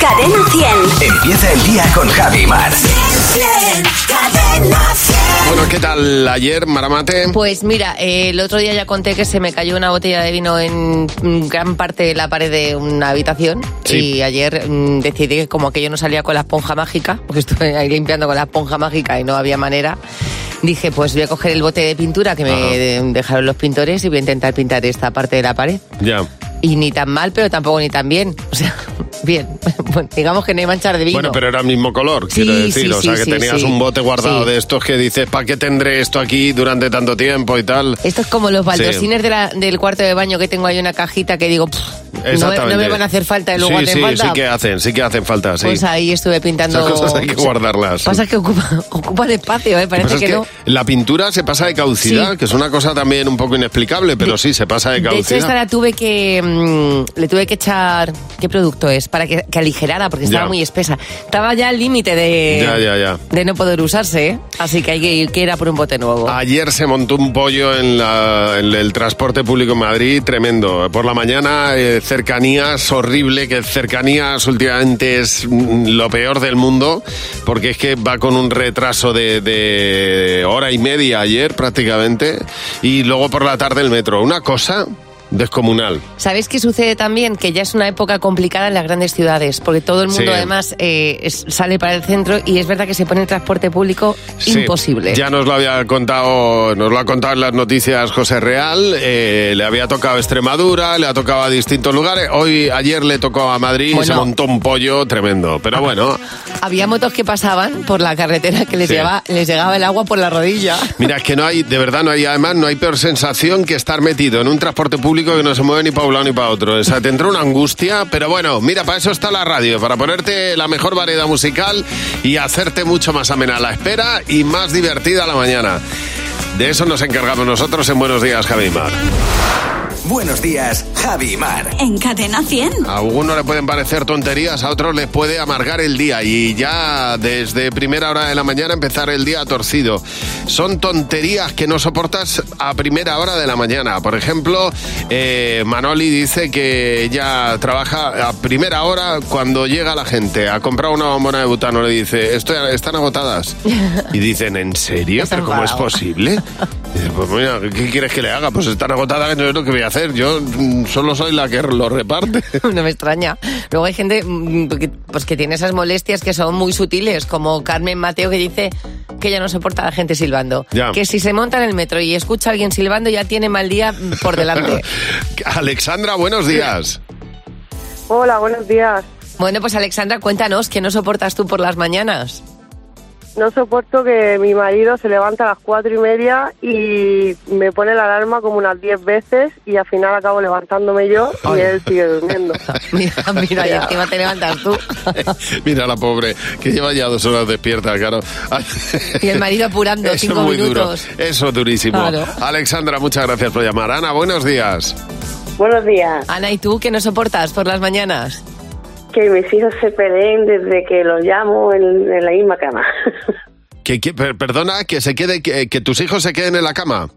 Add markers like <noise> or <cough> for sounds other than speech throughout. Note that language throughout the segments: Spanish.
Cadena 100. Empieza el día con Javi Mar. Cadena 100. Bueno, ¿qué tal ayer, Maramate? Pues mira, eh, el otro día ya conté que se me cayó una botella de vino en mm, gran parte de la pared de una habitación Sí. y ayer mm, decidí que como que yo no salía con la esponja mágica, <laughs> porque estuve ahí limpiando con la esponja mágica y no había manera, dije pues voy a coger el bote de pintura que me Ajá. de- dejaron los pintores y voy a intentar pintar esta parte de la pared. Ya. Y ni tan mal, pero tampoco ni tan bien. <laughs> O sea, bien. <laughs> Bueno, digamos que no hay manchar de vino. Bueno, pero era el mismo color, Sí, quiero decir. sí, o sea, sí, que sí, tenías sí. un bote guardado Sí. de estos que dices, ¿para qué tendré esto aquí durante tanto tiempo y tal? Esto es como los baldosines Sí. de la- del cuarto de baño que tengo ahí una cajita que digo, "Pff, no me- no, me, Exactamente. van a hacer falta y luego sí, hacen sí, falta. sí que hacen, sí que hacen falta, sí. Pues ahí estuve pintando. Esas cosas hay que guardarlas. Pasa que ocupa, ocupa el espacio, ¿eh? Lo que parece pasa que, es que no. la pintura se pasa de caducidad, Sí. que es una cosa también un poco inexplicable, pero sí, se pasa de De hecho, esta caducidad. la tuve que. mm, le tuve que echar. ¿Qué producto es? Para que, que aligerara, porque estaba Ya. muy espesa. Estaba ya al límite de. Ya, ya, ya. De no poder usarse, ¿eh? Así que hay que ir, que ir a por un bote nuevo. Ayer se montó un pollo en, la- en el transporte público en Madrid, tremendo. Por la mañana, eh, cercanías, horrible, que cercanías últimamente es mm, lo peor del mundo, porque es que va con un retraso de, de hora y media ayer prácticamente, y luego por la tarde el metro. Una cosa descomunal. ¿Sabéis qué sucede también? Que ya es una época complicada en las grandes ciudades, porque todo el mundo Sí. además eh, es- sale para el centro y es verdad que se pone el transporte público Sí, imposible. Ya nos lo había contado, nos lo ha contado en las noticias José Real. eh, le había tocado Extremadura, le ha tocado a distintos lugares. Hoy, ayer le tocó a Madrid y Bueno. se montó un pollo tremendo. Pero bueno, Había motos que pasaban por la carretera que les, Sí. llevaba, les llegaba el agua por la rodilla. mira, es que no hay, de verdad no hay, además no hay peor sensación que estar metido en un transporte público que no se mueve ni para un lado ni para otro. O sea, te entra una angustia, pero bueno, mira, para eso está la radio, para ponerte la mejor variedad musical y hacerte mucho más amena la espera y más divertida la mañana. De eso nos encargamos nosotros en Buenos Días, Javi Mar. Buenos días, Javi Mar. En Cadena 100. A algunos le pueden parecer tonterías, a otros les puede amargar el día y ya desde primera hora de la mañana empezar el día torcido. Son tonterías que no soportas a primera hora de la mañana. Por ejemplo, eh, Manoli dice que ya trabaja a primera hora cuando llega la gente a comprar una bombona de butano. Le dice, "Estoy- están agotadas. Y dicen, ¿en serio? Está ¿Pero cómo es enfadado. posible? Dice, Pues mira, ¿qué quieres que le haga? Pues están agotadas, entonces lo que voy a hacer. Yo mm, solo soy la que lo reparte. <laughs> No me extraña. Luego hay gente mm, que, pues, que tiene esas molestias que son muy sutiles, como Carmen Mateo que dice que ya no soporta a la gente silbando. Ya. Que si se monta en el metro y escucha a alguien silbando ya tiene mal día mm, por <laughs> delante. Alexandra, buenos <laughs> días. Hola, buenos días. Bueno, pues Alexandra, cuéntanos, ¿qué no soportas tú por las mañanas? No soporto que mi marido se levanta a las cuatro y media y me pone la alarma como unas diez veces y al final acabo levantándome yo y él sigue durmiendo. <laughs> Mira, mira, y encima te levantas tú. Mira la pobre, que lleva ya dos horas despierta, claro. Y <laughs> el marido apurando, Eso es cinco muy minutos. Duro. Eso es durísimo. Claro. Alexandra, muchas gracias por llamar. Ana, buenos días. Buenos días. Ana, ¿y tú qué no soportas por las mañanas? Que mis hijos se peleen desde que los llamo en, en la misma cama. Que, que- per- perdona, que se quede, que, que tus hijos se queden en la cama.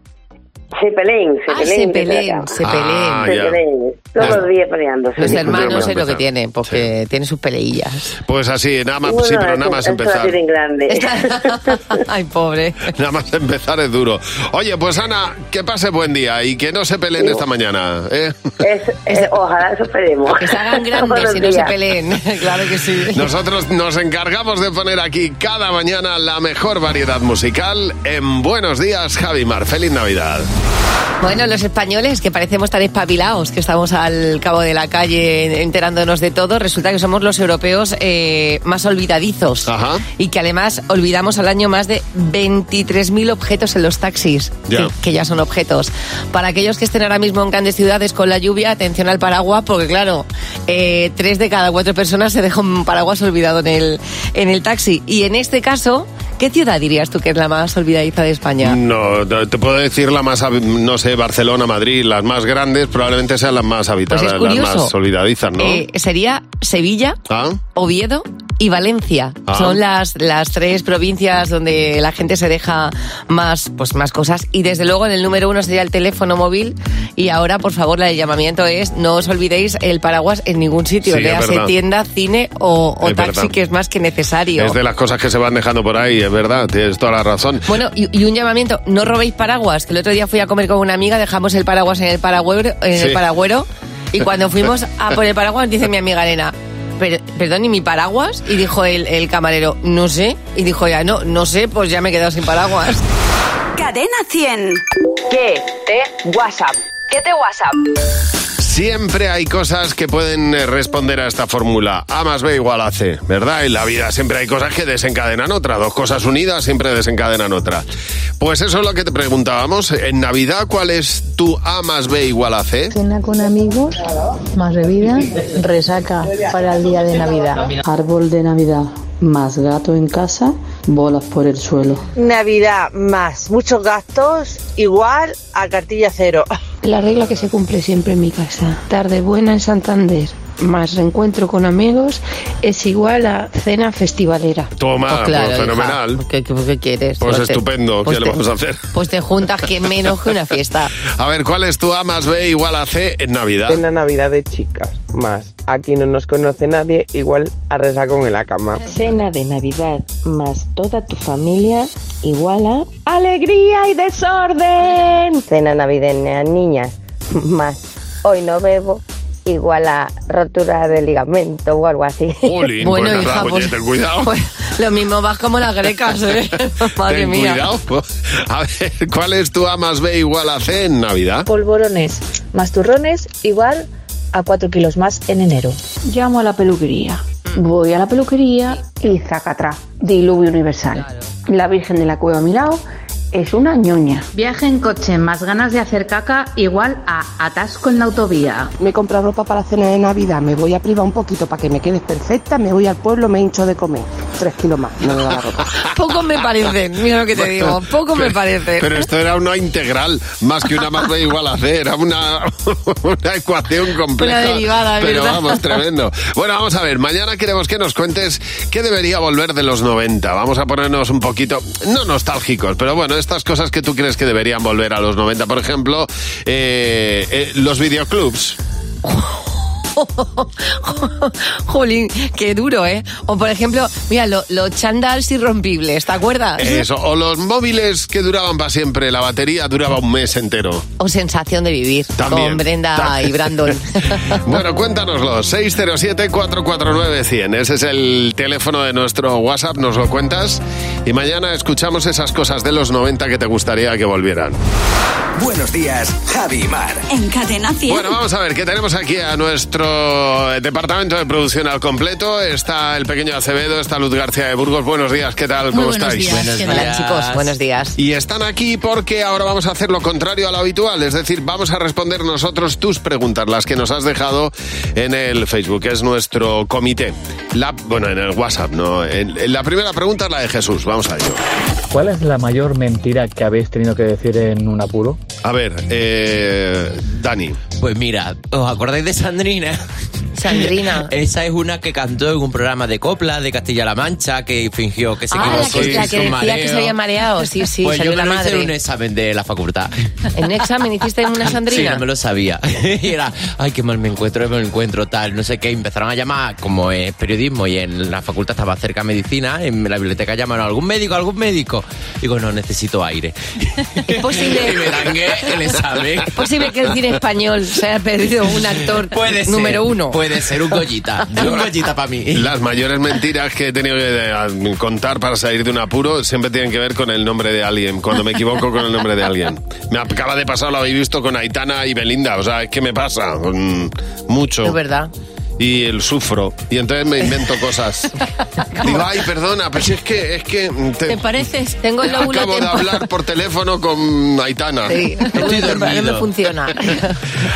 se peleen, se ah, peleen. se desde la peleen, cama. se Ah, peleen. Se ya. peleen. Todos los días peleándose. Los ya hermanos voy a es lo que empezar. tienen, porque tienen sus peleillas. Pues así, nada más, Bueno, sí, pero nada eso- más eso la empezar. tienen grande. <laughs> Ay, pobre. Nada más empezar es duro. Oye, pues Ana, que pase buen día y que no se peleen esta mañana. ¿eh? Es- es- ojalá eso esperemos. Que se <laughs> hagan grandes Buenos y no se días. peleen. <laughs> claro que sí. Nosotros nos encargamos de poner aquí cada mañana la mejor variedad musical en Buenos Días, Javi Mar. Feliz Navidad. Bueno, los españoles, que parecemos tan espabilados, que estamos al cabo de la calle enterándonos de todo, resulta que somos los europeos eh, más olvidadizos. Ajá. Y que además olvidamos al año más de 23.000 objetos en los taxis, Ya. que, que ya son objetos. Para aquellos que estén ahora mismo en grandes ciudades con la lluvia, atención al paraguas, porque claro, eh, tres de cada cuatro personas se deja un paraguas olvidado en el, en el taxi. Y en este caso, ¿qué ciudad dirías tú que es la más olvidadiza de España? No, te te puedo decir la más, hab- no sé, Barcelona, Madrid, las más grandes probablemente sean las más Pues habitadas, es curioso. las más olvidadizas, ¿no? Eh, sería Eh, Sevilla, Ah. Oviedo y Valencia. Ah. Son las, las tres provincias donde la gente se deja más, pues, más cosas. Y desde luego en el número uno sería el teléfono móvil. Y ahora, por favor, el llamamiento es no os olvidéis el paraguas en ningún sitio. Sí, es Léase verdad. tienda, cine o, o Es taxi, verdad. que es más que necesario. Es de las cosas que se van dejando por ahí, es verdad, tienes toda la razón. Bueno, y, y un llamamiento, no robéis paraguas, que el otro día fui a comer con una amiga, dejamos el paraguas en el paragüero, en Sí. el paragüero y cuando fuimos a por el paraguas dice mi amiga Elena, "Per- perdón, ¿y mi paraguas? Y dijo el, el camarero, no sé, y dijo ya, no, no sé, pues ya me he quedado sin paraguas. Cadena 100. ¿Qué te WhatsApp? ¿Qué te WhatsApp? Siempre hay cosas que pueden eh, responder a esta fórmula. A más B igual a C, ¿verdad? En la vida siempre hay cosas que desencadenan otra. Dos cosas unidas siempre desencadenan otra. Pues eso es lo que te preguntábamos. En Navidad, ¿cuál es tu A más B igual a C? Cena con amigos, más bebida, resaca para el día de Navidad. Árbol de Navidad más gato en casa, bolas por el suelo. Navidad más muchos gastos igual a cartilla cero. La regla que se cumple siempre en mi casa. Tarde buena en Santander, más reencuentro con amigos, es igual a cena festivalera. Toma, Pues claro, pues hija. fenomenal. ¿Qué, qué- qué quieres? Pues te- estupendo, ¿qué pues le te- vamos a hacer? Pues te juntas que menos que una fiesta. A ver, ¿cuál es tu A más B igual a C en Navidad? Cena Navidad de chicas más. Aquí no nos conoce nadie igual a resacón en la cama. Cena de Navidad más toda tu familia igual a alegría y desorden. Cena navideña, niñas, más hoy no bebo, igual a rotura de ligamento o algo así. <laughs> Jolín, pues nada, oye, pues- ten cuidado. <laughs> pues lo mismo vas como las grecas, ¿eh? <laughs> Madre Ten mía. cuidado. <laughs> A ver, ¿cuál es tu A más B igual a C en Navidad? Polvorones más turrones igual a 4 kilos más en enero. Llamo a la peluquería. Voy a la peluquería y zacatrá. Diluvio universal. La Virgen de la Cueva Milao es una ñoña. Viaje en coche más ganas de hacer caca igual a atasco en la autovía. Me compro ropa para la cena de Navidad, me voy a privar un poquito para que me quedes perfecta, me voy al pueblo, me hincho de comer. Tres kilos más, no me da la ropa. Poco me parecen, mira lo que te digo, poco <laughs> me parecen. Pero esto era una integral, más que una más B igual a C, era una, <laughs> una ecuación compleja. Una derivada, pero ¿verdad? vamos, tremendo. Bueno, vamos a ver, mañana queremos que nos cuentes qué debería volver de los 90. Vamos a ponernos un poquito, no nostálgicos, pero bueno, estas cosas que tú crees que deberían volver a los 90. Por ejemplo, eh, eh, los videoclubs. <laughs> Jolín, qué duro, ¿eh? O por ejemplo, mira, lo- los chandals irrompibles, ¿te acuerdas? Eso, o los móviles que duraban para siempre, la batería duraba un mes entero. O sensación de vivir También. con Brenda También. y <laughs> Brandon. Bueno, cuéntanoslo. 607-449-100. Ese es el teléfono de nuestro WhatsApp. Nos lo cuentas. Y mañana escuchamos esas cosas de los 90 que te gustaría que volvieran. Buenos días, Javi y Mar. En Cadena 100. Bueno, vamos a ver, que tenemos aquí a nuestro departamento de producción al completo. Está el pequeño Acevedo, está Luz García de Burgos. Buenos días, ¿qué tal? ¿Cómo estáis? Hola chicos, buenos días. Y están aquí porque ahora vamos a hacer lo contrario a lo habitual, es decir, vamos a responder nosotros tus preguntas, las que nos has dejado en el Facebook, es nuestro comité. La, bueno, en el WhatsApp, no. En- en la primera pregunta es la de Jesús, vamos a ello. ¿Cuál es la mayor mentira que habéis tenido que decir en un apuro? A ver, eh, Dani. Pues mira, ¿os acordáis de Sandrina? <laughs> Sandrina. <laughs> Esa es una que cantó en un programa de copla de Castilla-La Mancha que fingió que se Ah, la equivocó que, y la hizo que un decía que se mareo. había mareado, sí, sí, pues salió yo me la lo hice en un madre. examen de la facultad. En un examen hiciste una Sí, sandrina. no me lo sabía. <laughs> Y era, ay, qué mal me encuentro, me encuentro tal, no sé qué. Empezaron a llamar, como es periodismo y en la facultad estaba cerca medicina, en la biblioteca llamaron algún médico, algún médico. Digo, no, necesito aire. <laughs> Es posible. Y me tangué el examen. Es posible que el cine español se haya perdido un actor Puede ser, número uno. Puede ser <laughs> un gollita. un gollita para mí. Las mayores mentiras que he tenido que eh, contar para salir de un apuro siempre tienen que ver con el nombre de alguien, cuando me equivoco con el nombre de alguien. Me acaba de pasar, lo habéis visto con Aitana y Belinda, o sea, es que me pasa mm, mucho. Es verdad. Y el sufro. Y entonces me invento <laughs> cosas. Digo, ay, perdona, pero si es que, es que mm, te- pareces? Tengo el lóbulo acabo de temporal. hablar por teléfono con Aitana. Sí, no me- no me funciona.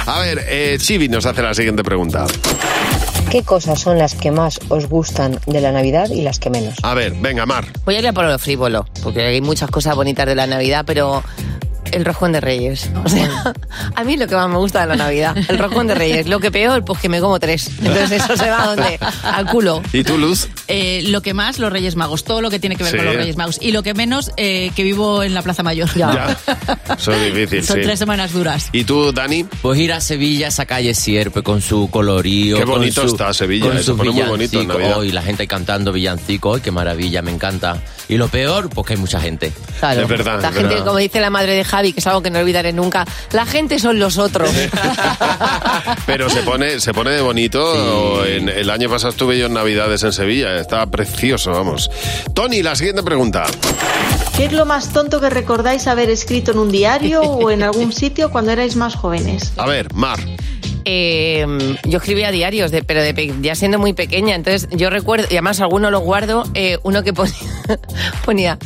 A ver, eh, Chibi nos hace la siguiente pregunta. ¿Qué cosas son las que más os gustan de la Navidad y las que menos? A ver, venga, Mar. Voy a ir a por lo frívolo, porque hay muchas cosas bonitas de la Navidad, pero el rojón de Reyes. O sea, a mí es lo que más me gusta de la Navidad, el rojón de Reyes. Lo que peor, pues que me como tres. Entonces eso se va a donde? Al culo. ¿Y tú, Luz? Eh, lo que más, los Reyes Magos, todo lo que tiene que ver Sí. con los Reyes Magos. Y lo que menos, eh, que vivo en la Plaza Mayor. Eso es difícil, Son sí. tres semanas duras. ¿Y tú, Dani? Pues ir a Sevilla, esa calle Sierpe, con su colorío. Qué con bonito su- está Sevilla, con eh, se sus pone muy bonito en villancicos. Navidad. Ay, la gente ahí cantando villancico, ay, qué maravilla, me encanta. Y lo peor, pues que hay mucha gente. Claro. La gente, como dice la madre de Javi, que es algo que no olvidaré nunca, la gente son los <laughs> otros. Pero se pone, se pone de bonito. En- el año pasado estuve yo en Navidades en Sevilla. Estaba precioso, vamos. Tony, la siguiente pregunta. ¿Qué es lo más tonto que recordáis haber escrito en un diario o <laughs> en algún sitio cuando erais más jóvenes? A ver, Mar. Eh, yo escribía diarios, de, pero de pe- ya siendo muy pequeña. Entonces yo recuerdo, y además alguno lo guardo, eh, uno que ponía, <laughs> ponía,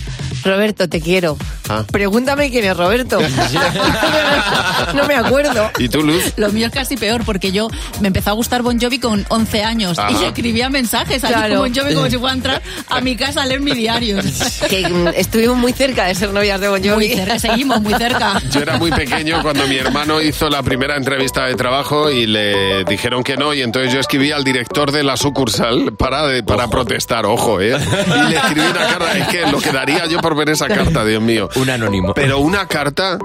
Roberto, te quiero. Ah. Pregúntame quién es <laughs> Roberto. <laughs> no me acuerdo. ¿Y tú, Luz? Lo mío es casi peor porque yo me empezó a gustar Bon Jovi con 11 años Ajá. y yo escribía mensajes a Claro. Bon Jovi como si fuera a entrar a mi casa a leer mi diario. <laughs> Que mm, estuvimos muy cerca de ser novias de Bon Jovi. Muy cerca, seguimos muy cerca. Yo era muy pequeño cuando mi hermano hizo la primera entrevista de trabajo y le dijeron que no y entonces yo escribí al director de la sucursal para, de- para protestar, ojo, ¿eh? Y le escribí una carta, es que lo que daría yo por ver esa carta, Dios mío. <laughs> Un anónimo. Pero una carta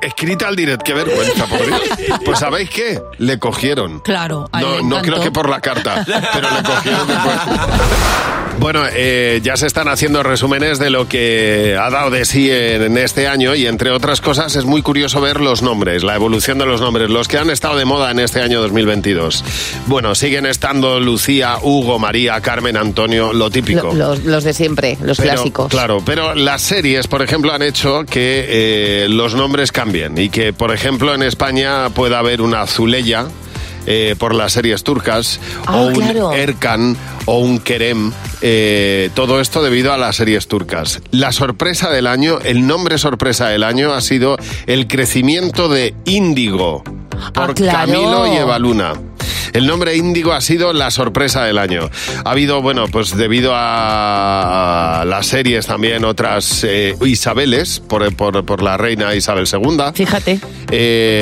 escrita al direct, qué vergüenza, por Dios. Pues ¿sabéis qué? Le cogieron. Claro, a él No, le no encantó. creo que por <laughs> la carta, pero le cogieron después. Bueno, eh, ya se están haciendo resúmenes de lo que ha dado de sí en, en este año y entre otras cosas es muy curioso ver los nombres, la evolución de los nombres, los que han estado de moda en este año 2022. Bueno, siguen estando Lucía, Hugo, María, Carmen, Antonio, lo típico. Lo- los, los de siempre, los Pero, clásicos. Claro, pero las series, por ejemplo, han hecho que eh, los nombres cambien y que, por ejemplo, en España pueda haber una Zuleya eh, por las series turcas o un Erkan o un Kerem. eh, todo esto debido a las series turcas. La sorpresa del año, el nombre sorpresa del año ha sido el crecimiento de Índigo Ah, por claro. Camilo y Evaluna. El nombre Índigo ha sido la sorpresa del año. Ha habido, bueno, pues debido a las series también otras eh, Isabeles, por, por- por la reina Isabel II. Fíjate.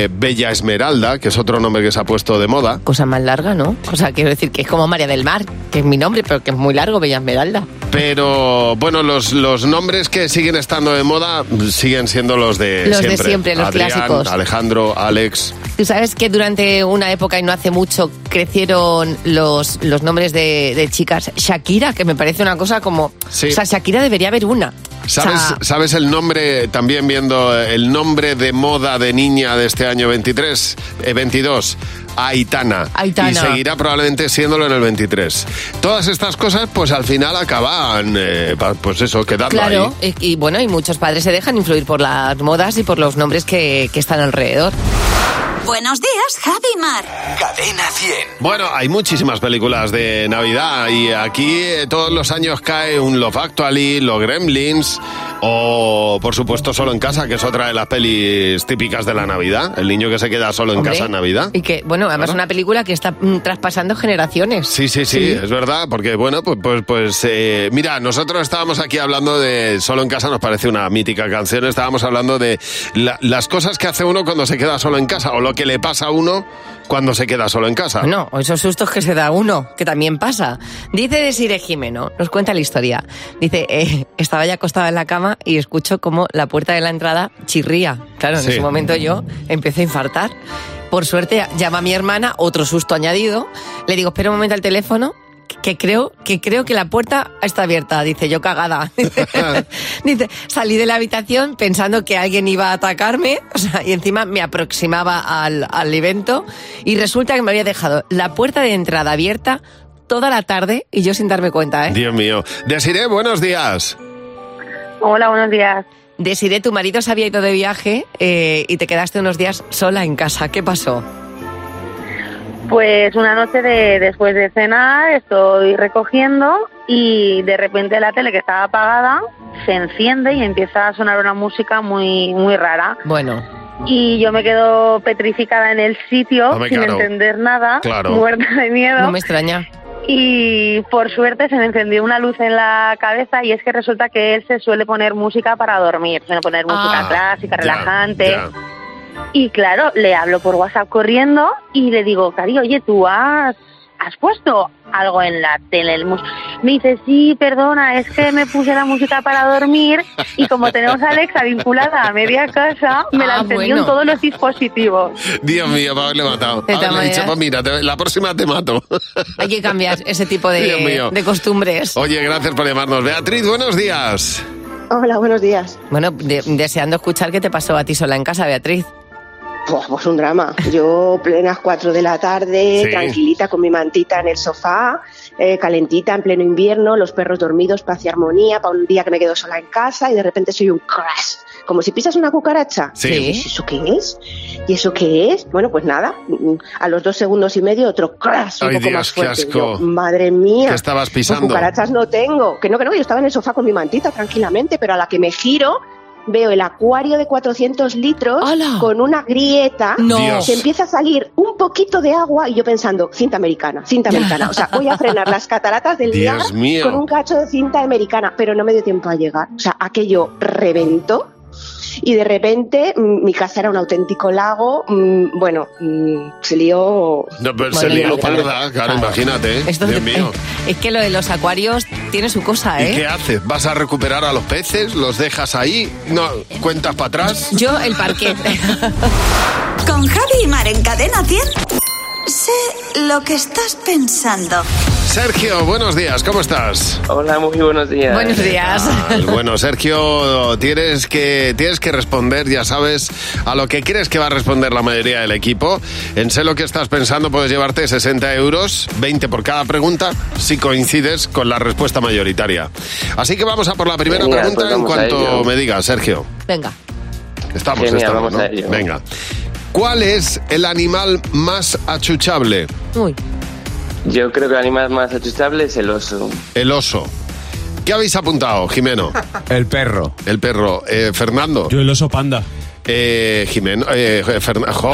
Bella Esmeralda, que es otro nombre que se ha puesto de moda. Cosa más larga, ¿no? O sea, quiero decir que es como María del Mar, que es mi nombre, pero que es muy largo, Bella Esmeralda. Pero bueno, los, los nombres que siguen estando de moda mm, siguen siendo los de Los de siempre. siempre, los Adrián, clásicos. Alejandro, Alex. Tú sabes que durante una época y no hace mucho crecieron los, los nombres de, de chicas. Shakira, que me parece una cosa como... O sea, Shakira debería haber una. O sea, ¿Sabes, ¿Sabes el nombre, también viendo el nombre de moda de niña de este año 23, eh, 22? Aitana. Aitana. Y seguirá probablemente siéndolo en el 23. Todas estas cosas, pues al final acaban, eh, pa- pues eso, quedando claro, ahí. y, y bueno, y muchos padres se dejan influir por las modas y por los nombres que, que están alrededor. Buenos días, Javi y Mar. Cadena 100. Bueno, hay muchísimas películas de Navidad y aquí eh, todos los años cae un Love Actually, Los Gremlins o, por supuesto, Solo en Casa, que es otra de las pelis típicas de la Navidad. El niño que se queda solo en Hombre. casa en Navidad. Y que, bueno, además Claro. una película que está mm, traspasando generaciones. Sí, sí, sí, es verdad, porque bueno, pues pues, pues eh, mira, nosotros estábamos aquí hablando de Solo en casa nos parece una mítica canción, estábamos hablando de la- las cosas que hace uno cuando se queda solo en casa o lo que le pasa a uno cuando se queda solo en casa. No, o esos sustos que se da uno, que también pasa. Dice Desire Jimeno, nos cuenta la historia. Dice, eh, estaba ya acostada en la cama y escucho como la puerta de la entrada chirría. Claro, en Sí. ese momento yo empecé a infartar. Por suerte llama a mi hermana, otro susto añadido. Le digo, espera un momento al teléfono, que creo que creo que la puerta está abierta. Dice, yo cagada. <laughs> Dice, salí de la habitación pensando que alguien iba a atacarme o sea, y encima me aproximaba al, al evento y resulta que me había dejado la puerta de entrada abierta toda la tarde y yo sin darme cuenta, ¿eh? Dios mío. Desiree, buenos días. Hola, buenos días. Desiré, tu marido se había ido de viaje eh, y te quedaste unos días sola en casa. ¿Qué pasó? Pues una noche de, después de cenar estoy recogiendo y de repente la tele que estaba apagada se enciende y empieza a sonar una música muy muy rara. Bueno, Y yo me quedo petrificada en el sitio Hombre, sin claro. entender nada, Claro. muerta de miedo. no me extraña. y por suerte se me encendió una luz en la cabeza y es que resulta que él se suele poner música para dormir, suele poner música clásica, ya, relajante. Y claro, le hablo por WhatsApp corriendo y le digo, cariño, oye, tú has, has puesto algo en la tele. El mus-". Me dice, sí, perdona, es que me puse la música para dormir y como tenemos a Alexa vinculada a media casa, me Ah, la encendió bueno. en todos los dispositivos. <laughs> Dios mío, para haberle matado. De todas Haberle dicho, maneras. pues mira, te- la próxima te mato. <laughs> Hay que cambiar ese tipo Dios mío. de, de costumbres. Oye, gracias por llamarnos. Beatriz, buenos días. Hola, buenos días. Bueno, de- deseando escuchar qué te pasó a ti sola en casa, Beatriz. Pues, pues un drama. Yo plenas 4 de la tarde, Sí. tranquilita con mi mantita en el sofá, eh, calentita en pleno invierno, los perros dormidos, paz y armonía, para un día que me quedo sola en casa y de repente soy un crash. Como si pisas una cucaracha. Sí. Y dices, ¿Eso qué es? ¿Y eso qué es? Bueno, pues nada. mm, A los dos segundos y medio otro crash. un Ay, poco Dios, más qué fuerte. Y yo, asco. Madre mía. ¿Qué estabas pues pisando? cucarachas no tengo. Que no, que no. Yo estaba en el sofá con mi mantita tranquilamente, pero a la que me giro veo el acuario de 400 litros con una grieta No. Dios. que empieza a salir un poquito de agua y yo pensando, cinta americana, cinta americana. O sea, voy a frenar las cataratas del Dios Niágara mío. con un cacho de cinta americana, pero no me dio tiempo a llegar. O sea, aquello reventó y de repente mm, mi casa era un auténtico lago. Mm, Bueno, mm, se lió... No, pero se Madre lió mía. parda, claro, imagínate. Esto Dios de- mío. Es que lo de los acuarios tiene su cosa, ¿Y ¿eh? qué haces? ¿Vas a recuperar a los peces? ¿Los dejas ahí? ¿No cuentas para atrás? Yo, el parquet. <laughs> Con Javi y Mar en Cadena 100. Sé lo que estás pensando. Sergio, buenos días, ¿cómo estás? Hola, muy buenos días. Buenos días. Ah, Bueno, Sergio, tienes que, tienes que responder, ya sabes, a lo que crees que va a responder la mayoría del equipo. En sé lo que estás pensando, puedes llevarte 60 euros, 20 por cada pregunta, si coincides con la respuesta mayoritaria. Así que vamos a por la primera Genial, pregunta pues en vamos a cuanto ello. me digas, Sergio. Venga. Estamos, Genial, estamos, vamos ¿no? a ello. Venga. ¿Cuál es el animal más achuchable? Yo creo que el animal más achuchable es el oso. El oso. ¿Qué habéis apuntado, Jimeno? El perro. El perro. Eh, Fernando. Yo el oso panda. Eh, Jimeno. Eh, Fern- jo.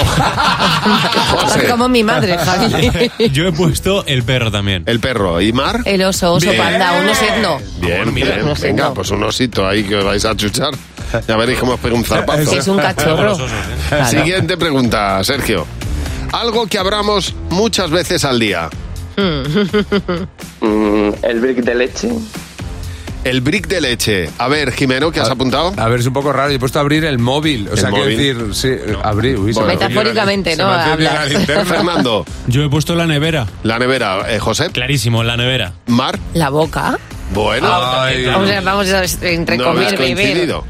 José. Es como mi madre, <laughs> Javi. Yo he puesto el perro también. El perro. ¿Y Mar? El oso, oso Bien. panda, un osetno. Bien, bien. Un osito. Venga, pues un osito ahí que vais a achuchar. Ya veréis cómo os pega un zarpazo. Es un cachorro. eh. Claro. Siguiente pregunta, Sergio. Algo que abramos muchas veces al día. Mm, el brick de leche. El brick de leche. A ver, Jimeno, ¿qué has apuntado? A ver, es un poco raro. Yo he puesto abrir el móvil. O El sea, quiero móvil. decir, sí, eh, abrir. Uy, se me ha encendido la Metafóricamente, lin- se ¿no? me ha encendido la Hablas. linterna. <laughs> Fernando. Yo he puesto la nevera. La nevera, eh, José. Clarísimo, la nevera. Mar. La boca. Bueno. Ay. O sea, vamos a entre no habéis comer, beber. coincidido.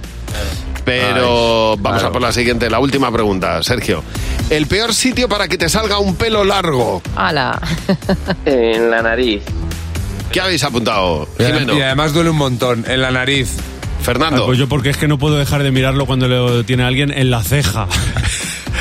Pero vamos a por la siguiente, la última pregunta, Sergio. El peor sitio para que te salga un pelo largo. Ala. En la nariz. ¿Qué habéis apuntado, Y adem- Jimeno? Y además duele un montón en la nariz. Fernando. Ah, pues yo porque es que no puedo dejar de mirarlo cuando lo tiene alguien en la ceja.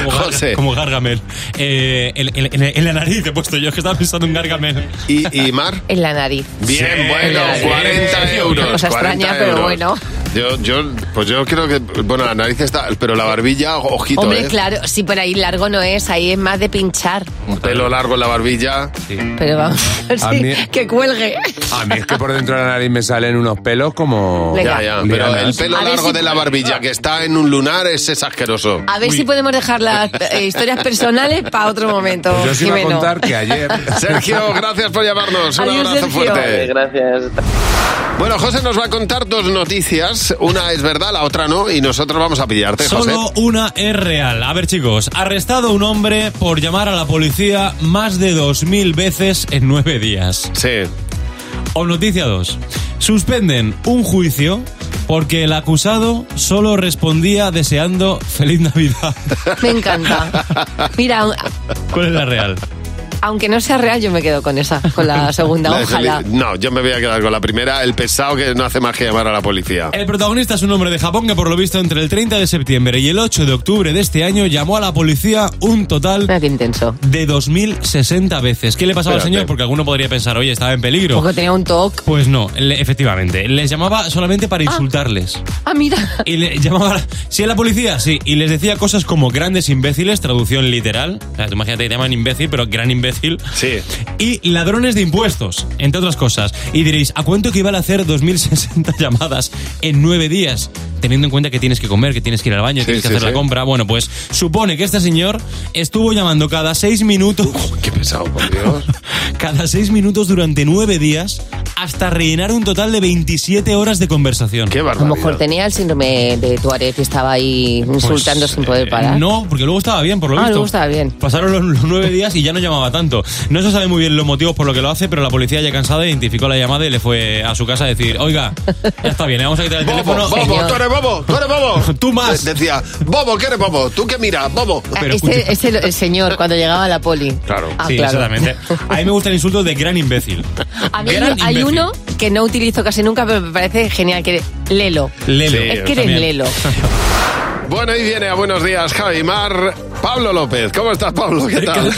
Como, Gar- como Gargamel. Eh, en, en- en- en la nariz he puesto yo, es que estaba pensando en Gargamel. ¿Y, Mar? En la nariz. Bien, bueno, En la nariz. 40 euros. Cosa extraña, 40 pero euros. bueno. Yo, yo, pues yo creo que, bueno, la nariz está, pero la barbilla, ojito, Hombre, ¿eh? claro, sí, pero ahí largo no es, ahí es más de pinchar. Un pelo largo en la barbilla. Pero vamos, <laughs> A sí, mí- que cuelgue. A mí es que por dentro de la nariz me salen unos pelos como. Venga. Ya, ya, pero lianas. el pelo A ver largo si- de la barbilla que está en un lunar ese es asqueroso. A ver si podemos dejar <laughs> las eh, historias personales para otro momento. Pues yo os iba a Jimeno. contar que ayer- <laughs> <laughs> Sergio, gracias por llamarnos. Un Adiós, abrazo Sergio. fuerte. Gracias. Bueno, José nos va a contar dos noticias. Una es verdad, la otra no. Y nosotros vamos a pillarte, José. Solo una es real. A ver, chicos, arrestado un hombre por llamar a la policía más de 2.000 veces en nueve días. Sí. O noticia 2. Suspenden un juicio porque el acusado solo respondía deseando feliz Navidad. <laughs> Me encanta. Mira, aun- ¿Cuál es la real? aunque no sea real, yo me quedo con esa, con la segunda, La de ojalá. Feliz- No, yo me voy a quedar con la primera. El pesado que no hace más que llamar a la policía. El protagonista es un hombre de Japón que por lo visto entre el 30 de septiembre y el 8 de octubre de este año llamó a la policía un total de 2.060 veces. ¿Qué le pasaba al Espérate. señor? Porque alguno podría pensar, oye, estaba en peligro. Porque tenía un toque. Pues no, le- efectivamente. Les llamaba solamente para insultarles. Ah, mira. Y le llamaba. Sí, a la policía, sí. Y les decía cosas como grandes imbéciles, traducción literal. O sea, tú imagínate que te llaman imbécil, pero gran imbécil. imbécil. Sí. Y ladrones de impuestos, entre otras cosas. Y diréis, ¿a cuánto equivale a hacer 2.060 <laughs> llamadas en nueve días? Teniendo en cuenta que tienes que comer, que tienes que ir al baño, que tienes que sí, hacer la sí. compra. Bueno, pues supone que este señor estuvo llamando cada seis minutos. qué pesado, por Dios. cada seis minutos durante nueve días hasta rellenar un total de 27 horas de conversación. Qué A lo mejor tenía el síndrome de Tuareg y estaba ahí Pues, insultando eh, sin poder parar. Pues, eh, No, porque luego estaba bien, por lo Ah, visto. luego estaba bien. Pasaron los, los nueve días y ya no llamaba tanto. No se sabe muy bien los motivos por lo que lo hace, pero la policía ya cansada identificó la llamada y le fue a su casa a decir, oiga, ya está bien, le vamos a quitar el teléfono. Bobo, tú eres bobo, tú eres bobo. <laughs> tú más. decía, bobo, ¿qué eres bobo? ¿Tú qué miras, bobo? Ah, este, este el señor cuando llegaba a la <laughs> poli. Claro. Ah, sí, claro. exactamente. A mí me gusta el insulto de gran imbécil. A mí Gran hay- hay imbécil. uno que no utilizo casi nunca, pero me parece genial, que Lelo. Lelo. es que Sí, eres también. <laughs> Lelo. Bueno, ahí viene a buenos días, Javi Mar. Pablo López, ¿cómo estás, Pablo? ¿Qué tal?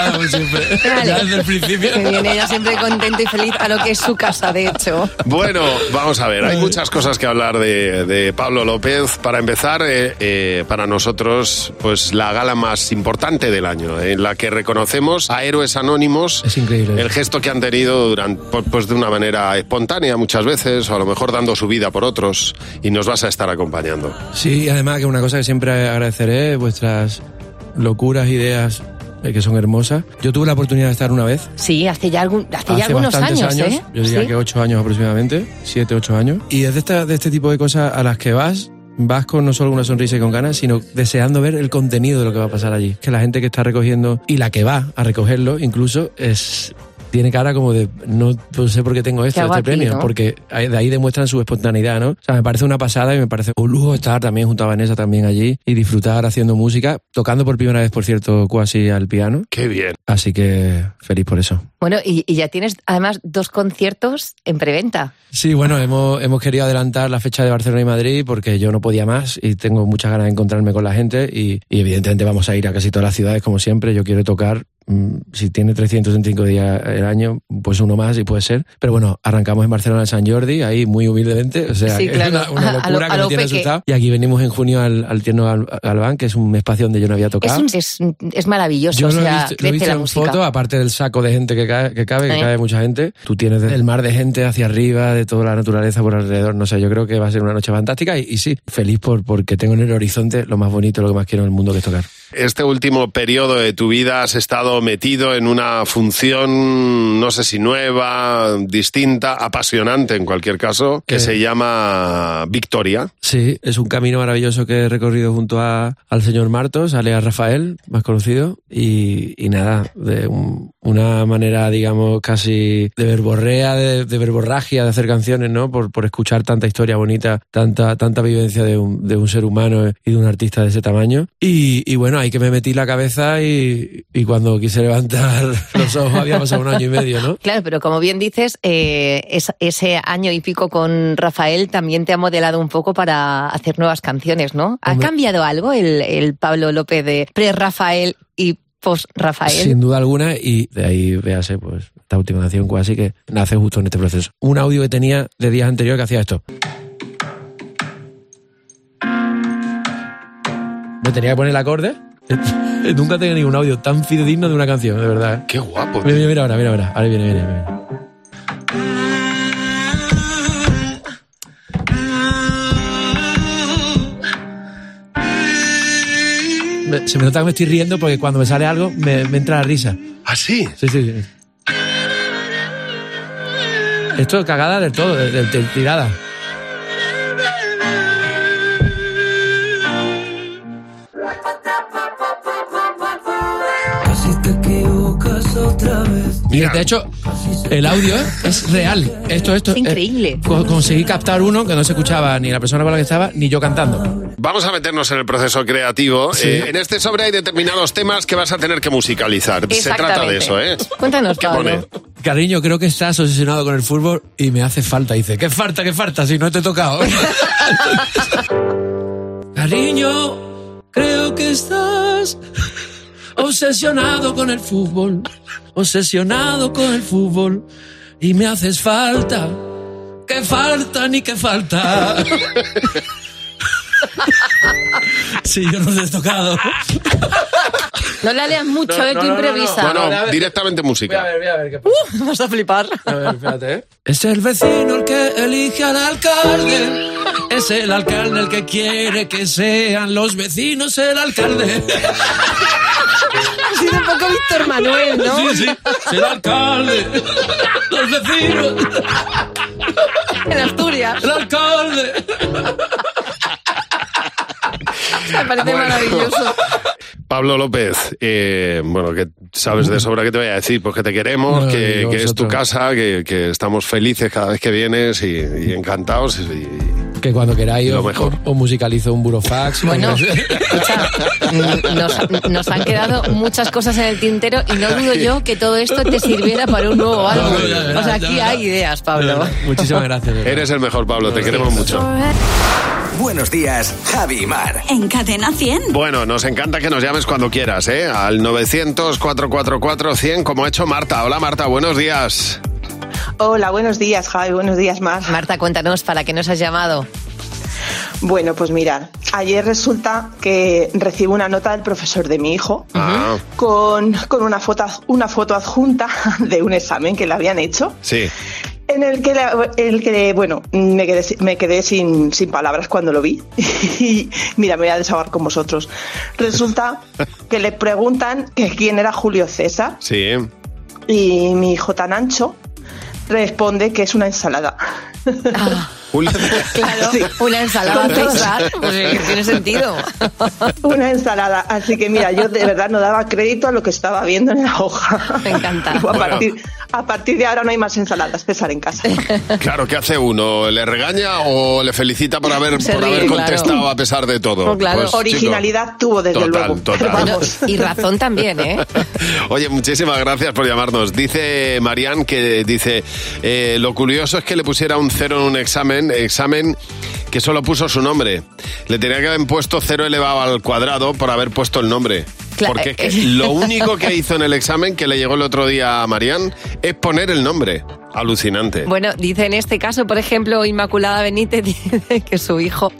Vale. Ya desde el principio. Que viene ella siempre contento y feliz a lo que es su casa, de hecho. Bueno, vamos a ver, hay muchas cosas que hablar de, de Pablo López. Para empezar, eh, eh, para nosotros, pues la gala más importante del año, eh, en la que reconocemos a héroes anónimos. Es increíble. El gesto que han tenido durante, pues, pues, de una manera espontánea muchas veces, o a lo mejor dando su vida por otros, y nos vas a estar acompañando. Sí, y además que una cosa que siempre agradeceré, vuestras locuras, ideas eh, que son hermosas. Yo tuve la oportunidad de estar una vez. Sí, hace ya, algún, hace ya algunos bastantes años, ¿eh? yo diría Sí. que ocho años aproximadamente, siete, ocho años. Y es de, esta- de este tipo de cosas a las que vas, vas con no solo una sonrisa y con ganas, sino deseando ver el contenido de lo que va a pasar allí. Que la gente que está recogiendo y la que va a recogerlo incluso es... Tiene cara como de, no, no sé por qué tengo esto, hago este aquí, premio, no? porque ahí- de ahí demuestran su espontaneidad, ¿no? O sea, me parece una pasada y me parece un lujo estar también junto a Vanessa también allí y disfrutar haciendo música, tocando por primera vez, por cierto, cuasi al piano. Qué bien. Así que feliz por eso. Bueno, y, y ya tienes además dos conciertos en preventa. Sí, bueno, hemos, hemos querido adelantar la fecha de Barcelona y Madrid porque yo no podía más y tengo muchas ganas de encontrarme con la gente y, y evidentemente vamos a ir a casi todas las ciudades como siempre. Yo quiero tocar, mm, si tiene 365 días el año, pues uno más y puede ser. Pero bueno, arrancamos en Barcelona en San Jordi, ahí muy humildemente, o sea, Sí, que claro. es una, una <laughs> A- a lo- locura a que lo me tiene peque. asustado. Y aquí venimos en junio al, al Tierno Al- Albán, que es un espacio donde yo no había Es, tocado. un- es, es maravilloso, Yo o lo he sea, visto- lo he crece visto la en música. foto, aparte del saco de gente que, cae- que cabe, que ¿Eh? cabe mucha gente. Tú tienes el mar de gente hacia arriba, de toda la naturaleza por alrededor. No sé, yo creo que va a ser una noche fantástica y, y sí, feliz por porque tengo en el horizonte lo más bonito, lo que más quiero en el mundo que es tocar. Este último periodo de tu vida has estado metido en una función, no sé si nueva, distinta, apasionante en cualquier caso, que Eh. se llama Victoria. Sí, es un camino maravilloso que he recorrido junto a, al señor Martos, alias Rafael, más conocido, y, y nada, de un- una manera, digamos, casi de verborrea, de, de verborragia de hacer canciones, ¿no? Por, por escuchar tanta historia bonita, tanta, tanta vivencia de un, de un ser humano y de un artista de ese tamaño. Y, y bueno, ahí que me metí la cabeza y, y cuando quise levantar <laughs> los ojos había pasado un año y medio, ¿no? Claro, pero como bien dices, eh, es- ese año y pico con Rafael también te ha modelado un poco para hacer nuevas canciones, ¿no? ¿Ha cambiado algo el, el Pablo López de pre-Rafael y post-Rafael? Sin duda alguna, y de ahí véase, pues, esta última canción casi que nace justo en este proceso. Un audio que tenía de días anteriores que hacía esto. Me tenía que poner el acorde. <laughs> Nunca tenía ningún audio tan fidedigno de una canción, de verdad. ¿eh? Qué guapo. Mira, mira, mira ahora, mira ahora. Ahora viene, viene, viene. Me- se me nota que me estoy riendo porque cuando me sale algo me, me entra la risa. ¿Ah, sí? Sí, sí, sí. Esto es cagada del todo, de, de- de tirada. Mira, de hecho, el audio es real. Esto, esto. Es increíble. conseguí captar uno que no se escuchaba ni la persona con la que estaba, ni yo cantando. Vamos a meternos en el proceso creativo. Sí. Eh, en este sobre hay determinados temas que vas a tener que musicalizar. Se trata de Exactamente. eso, ¿eh? Cuéntanos, ¿Qué Pablo. pone? Cariño, creo que estás obsesionado con el fútbol y me hace falta. Dice, ¿qué falta, qué falta? Si no te he tocado. <laughs> Cariño, creo que estás obsesionado con el fútbol, obsesionado con el fútbol y me haces <laughs> falta. ¿Qué falta ni qué falta? Sí, yo no lo he tocado. No la leas mucho, eh, tú improvisa. No, no, directamente música. Uh, vas a flipar. Es el vecino el que elige al alcalde. Es el alcalde el que quiere que sean los vecinos el alcalde. Ha sido un poco Víctor Manuel, ¿no? Sí, sí. Es el alcalde. Los vecinos. En Asturias. El alcalde. Me parece Bueno. maravilloso. Pablo López, eh, bueno, que sabes de sobra qué te voy a decir, pues que te queremos, No, que, digo que es tu vosotros. casa, que, que estamos felices cada vez que vienes y, y encantados. y- y- Que cuando queráis Lo os, mejor. os musicalizo un burofax. <laughs> Bueno, Pues- escucha, mm, nos, nos han quedado muchas cosas en el tintero y no dudo yo que todo esto te sirviera para un <laughs> nuevo álbum. Ah, ya verás, O sea, aquí hay ideas, Pablo. Muchísimas gracias. Eres el mejor, Pablo, te queremos mucho. Buenos días, Javi y Mar. En Cadena 100. Bueno, nos encanta que nos llames cuando quieras, ¿eh? Al 900-444-100, como ha hecho Marta. Hola, Marta, buenos días. Hola, buenos días, Javi. Buenos días, Mar. Marta, cuéntanos para qué nos has llamado. Bueno, pues mirad, ayer resulta que recibo una nota del profesor de mi hijo Ah, con, con una, foto, ad- una foto adjunta <laughs> de un examen que le habían hecho. sí. En el que, la- el que bueno, me quedé, si- me quedé sin, sin palabras cuando lo vi. <laughs> Y mira, me voy a desahogar con vosotros. Resulta que le preguntan que quién era Julio César Sí. y mi hijo tan ancho responde que es una <laughs> ensalada. Julio- Claro, una ensalada Con todo. César, pues eh, tiene sentido. Una ensalada. Así que mira, yo de verdad no daba crédito a lo que estaba viendo en la hoja. Me encanta. <laughs> A partir, a partir de ahora no hay más ensaladas, César en casa. Claro, ¿qué hace uno? ¿Le regaña o le felicita por haber, Se por ríe, haber claro. contestado a pesar de todo? <laughs> Pues, chico, Originalidad tuvo desde total, luego. total. Vamos. Y razón también, ¿eh? Oye, muchísimas gracias por llamarnos. Dice Marian que dice, eh, lo curioso es que le pusiera un cero en un examen, examen que solo puso su nombre. Le tenía que haber puesto cero elevado al cuadrado por haber puesto el nombre. Cla- eh, Porque es que lo único <laughs> que hizo en el examen que le llegó el otro día a Marian es poner el nombre. Alucinante. Bueno, dice en este caso, por ejemplo, Inmaculada Benítez <laughs> dice que su hijo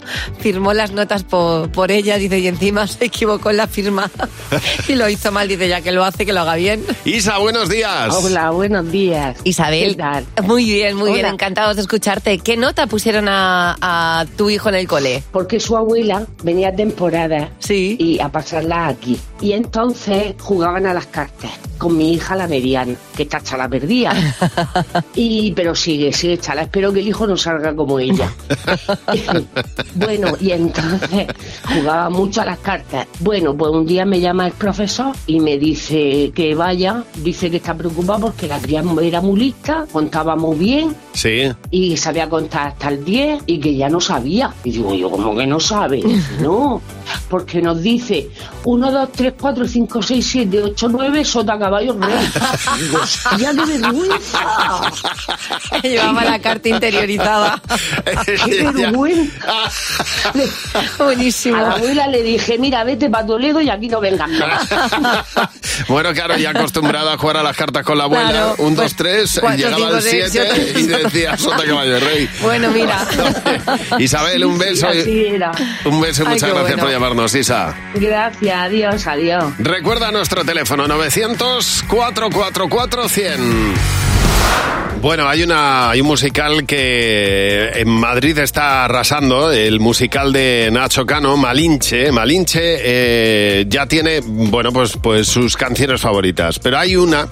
firmó las notas por, por ella, dice, y encima se equivocó en la firma <laughs> y lo hizo mal, dice, ya que lo hace, que lo haga bien. Isa, buenos días. buenos días. Isabel. ¿Qué tal? Muy bien, muy bien, Hola. encantados de escucharte. ¿Qué nota pusieron a, a tu hijo en el cole? Porque su abuela venía a temporada y a pasarla aquí. Y entonces jugaban a las cartas con mi hija la mediana, que tacha <laughs> la perdía. y pero sigue, sigue chala. Espero que el hijo no salga <laughs> como ella. <laughs> Bueno, y entonces jugaba mucho a las cartas. Bueno, pues un día me llama el profesor y me dice que vaya, dice que está preocupado porque la cría era muy lista, contaba muy bien Sí. y sabía contar hasta el 10 y que ya no sabía. Y digo yo, ¿cómo que no <laughs> sabe? Dice, No, porque nos dice 1, 2, 3, 4, 5, 6, 7, 8, 9, sota, caballo, rey. Digo, ¡hostia, qué vergüenza! Llevaba la carta <laughs> interiorizada. ¡Qué vergüenza! Buenísimo. A la abuela le dije, mira, vete para Toledo y aquí no vengas más. Bueno, claro, ya acostumbrada a jugar a las cartas con la abuela. Claro, pues, un, dos, tres, cuatro, llegaba cinco, al seis, siete siete. y decía <laughs> Sota Caballo de Rey. Bueno, mira. <laughs> Isabel, un beso. y- Así era. Un beso y Ay, muchas qué gracias bueno. por llamarnos, Isa. Gracias, adiós, adiós. Recuerda nuestro teléfono 900-444-100. Bueno, hay, una, hay un musical que en Madrid está arrasando, el musical de Nacho Cano, Malinche. Malinche eh, ya tiene, bueno, pues, pues sus canciones favoritas, pero hay una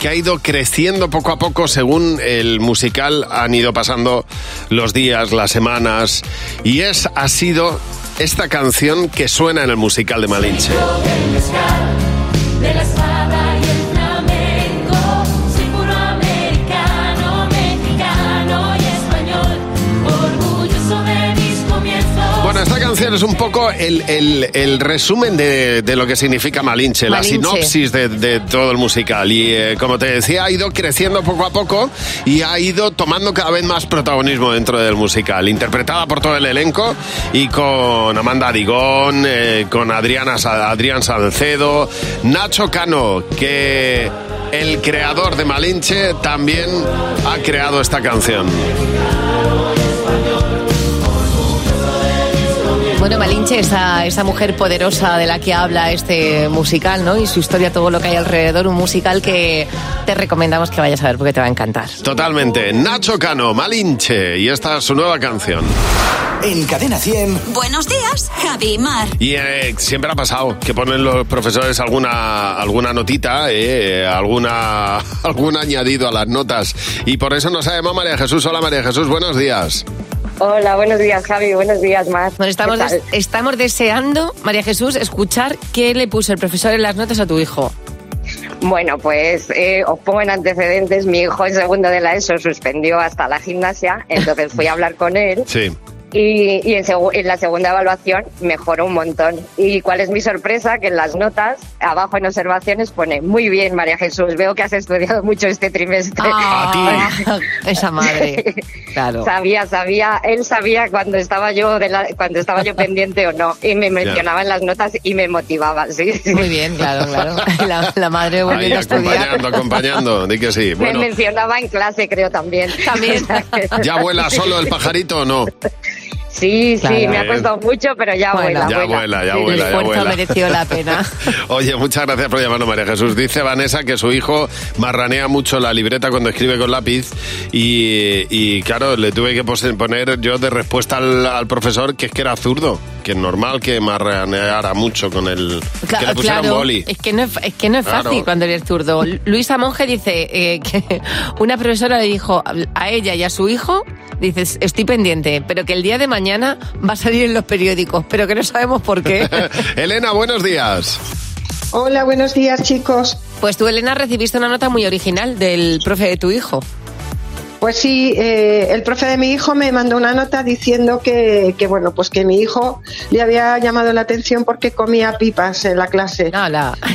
que ha ido creciendo poco a poco según el musical han ido pasando los días, las semanas, y es, ha sido esta canción que suena en el musical de Malinche. de la espada y el flamenco, soy puro americano, mexicano y español, orgulloso de mis comienzos. Bueno, esta canción es un poco el, el- el resumen de, de lo que significa Malinche, la Malinche. sinopsis de, de todo el musical. Y eh, como te decía, ha ido creciendo poco a poco y ha ido tomando cada vez más protagonismo dentro del musical. Interpretada por todo el elenco y con Amanda Digón, eh, con Adriana, Sa- Adrián Salcedo, Nacho Cano, que el creador de Malinche también ha creado esta canción. Bueno, Malinche, esa, esa mujer poderosa de la que habla este musical, ¿no? Y su historia, todo lo que hay alrededor, un musical que te recomendamos que vayas a ver porque te va a encantar. Totalmente. Nacho Cano, Malinche. Y esta es su nueva canción. En Cadena 100. Buenos días, Javi y Mar. Y eh, siempre ha pasado que ponen los profesores alguna, alguna notita, eh, alguna, <laughs> algún añadido a las notas. Y por eso nos ha llamado María Jesús. Hola María Jesús, buenos días. Hola, buenos días, Javi. Buenos días, más. Bueno, estamos, des- estamos deseando, María Jesús, escuchar qué le puso el profesor en las notas a tu hijo. Bueno, pues eh, os pongo en antecedentes. Mi hijo en segundo de la ESO suspendió hasta la gimnasia, entonces fui a hablar con él Sí. y, y en, segu- en la segunda evaluación mejoró un montón. ¿Y cuál es mi sorpresa? Que en las notas, abajo en observaciones, pone muy bien, María Jesús, veo que has estudiado mucho este trimestre. Esa <laughs> Ah, madre. Claro. Sabía, sabía, él sabía cuando estaba yo de la- cuando estaba <laughs> yo pendiente o no y me mencionaba en las notas y me motivaba, sí. Muy bien, claro, <laughs> claro. La, la madre Ahí, volviendo a estudiar. acompañando, acompañando. Di que sí. Bueno, Me mencionaba en clase, creo también. <laughs> También. ¿ya vuela solo el pajarito o no? Sí, sí, Claro. me ha costado mucho, pero ya vuela. ya vuela, ya Sí, vuela. ya vuela. pena. Oye, muchas gracias por llamarnos, María Jesús. Dice Vanessa que su hijo marranea mucho la libreta cuando escribe con lápiz y, y, claro, le tuve que pos- poner yo de respuesta al, al profesor que es que era zurdo, que es normal que marraneara mucho con el... que le Cla- pusieran claro, <laughs> boli. <laughs> es que no es, es que no es Claro. fácil cuando eres zurdo. Luisa Monge dice eh, <laughs> que una profesora le dijo a- a ella y a su hijo, dices, estoy pendiente, pero que el día de mañana va a salir en los periódicos, pero que no sabemos por <laughs> qué. Elena, buenos días. Hola, buenos días, chicos. Pues tú, Elena, recibiste una nota muy original del profe de tu hijo. Pues sí, eh, el profe de mi hijo me mandó una nota diciendo que, que, bueno, pues que mi hijo le había llamado la atención porque comía pipas en la clase.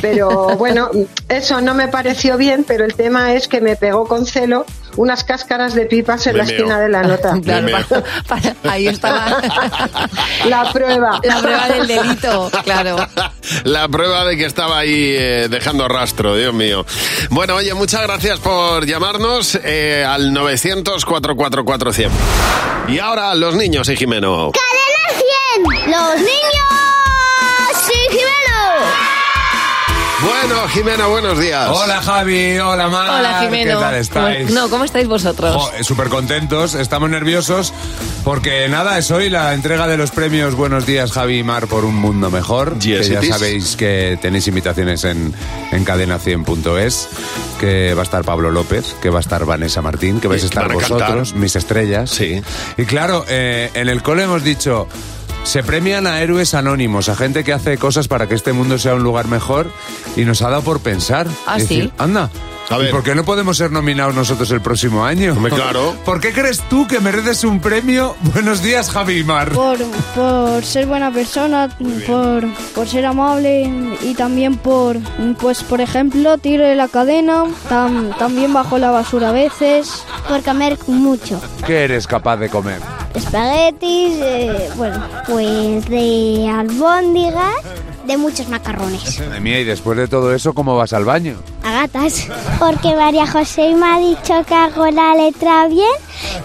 Pero bueno, eso no me pareció bien, pero el tema es que me pegó con celo unas cáscaras de pipas en Me la meo. esquina de la nota. Claro, Me meo. ahí estaba la prueba. la prueba del delito, claro. La prueba de que estaba ahí eh, dejando rastro, Dios mío. Bueno, oye, muchas gracias por llamarnos eh, al 900-444-100. Y ahora los niños y Jimeno. ¡Cadena 100! ¡Los niños! ¡Sí, Bueno, Jimeno, buenos días. Hola Javi, hola Ah, Mar. Hola, Jimeno. ¿Qué tal estáis? ¿Cómo- No, ¿cómo estáis vosotros? Jo, Súper contentos, estamos nerviosos porque nada, es hoy la entrega de los premios Buenos Días Javi y Mar por un mundo mejor. Yes, que ya it is. sabéis que tenéis invitaciones en, en cadena100.es, que va a estar Pablo López, que va a estar Vanessa Martín, que vais a Y que estar van a vosotros, cantar. mis estrellas. Sí. Y claro, eh, en el cole hemos dicho... Se premian a héroes anónimos, a gente que hace cosas para que este mundo sea un lugar mejor y nos ha dado por pensar. Ah, Es ¿sí? decir, Anda. ¿Y por qué no podemos ser nominados nosotros el próximo año? claro. <laughs> ¿Por qué crees tú que mereces un premio? <laughs> Buenos días, Javi y Mar. Por, por ser buena persona, por, por ser amable y también por, pues por ejemplo, tire la cadena, tam- también bajo la basura a veces. Por comer mucho. ¿Qué eres capaz de comer? Espaguetis, eh, bueno, pues de albóndigas, de muchos macarrones. De mía, y después de todo eso, ¿cómo vas al baño? A gatas. Porque María José me ha dicho que hago la letra bien.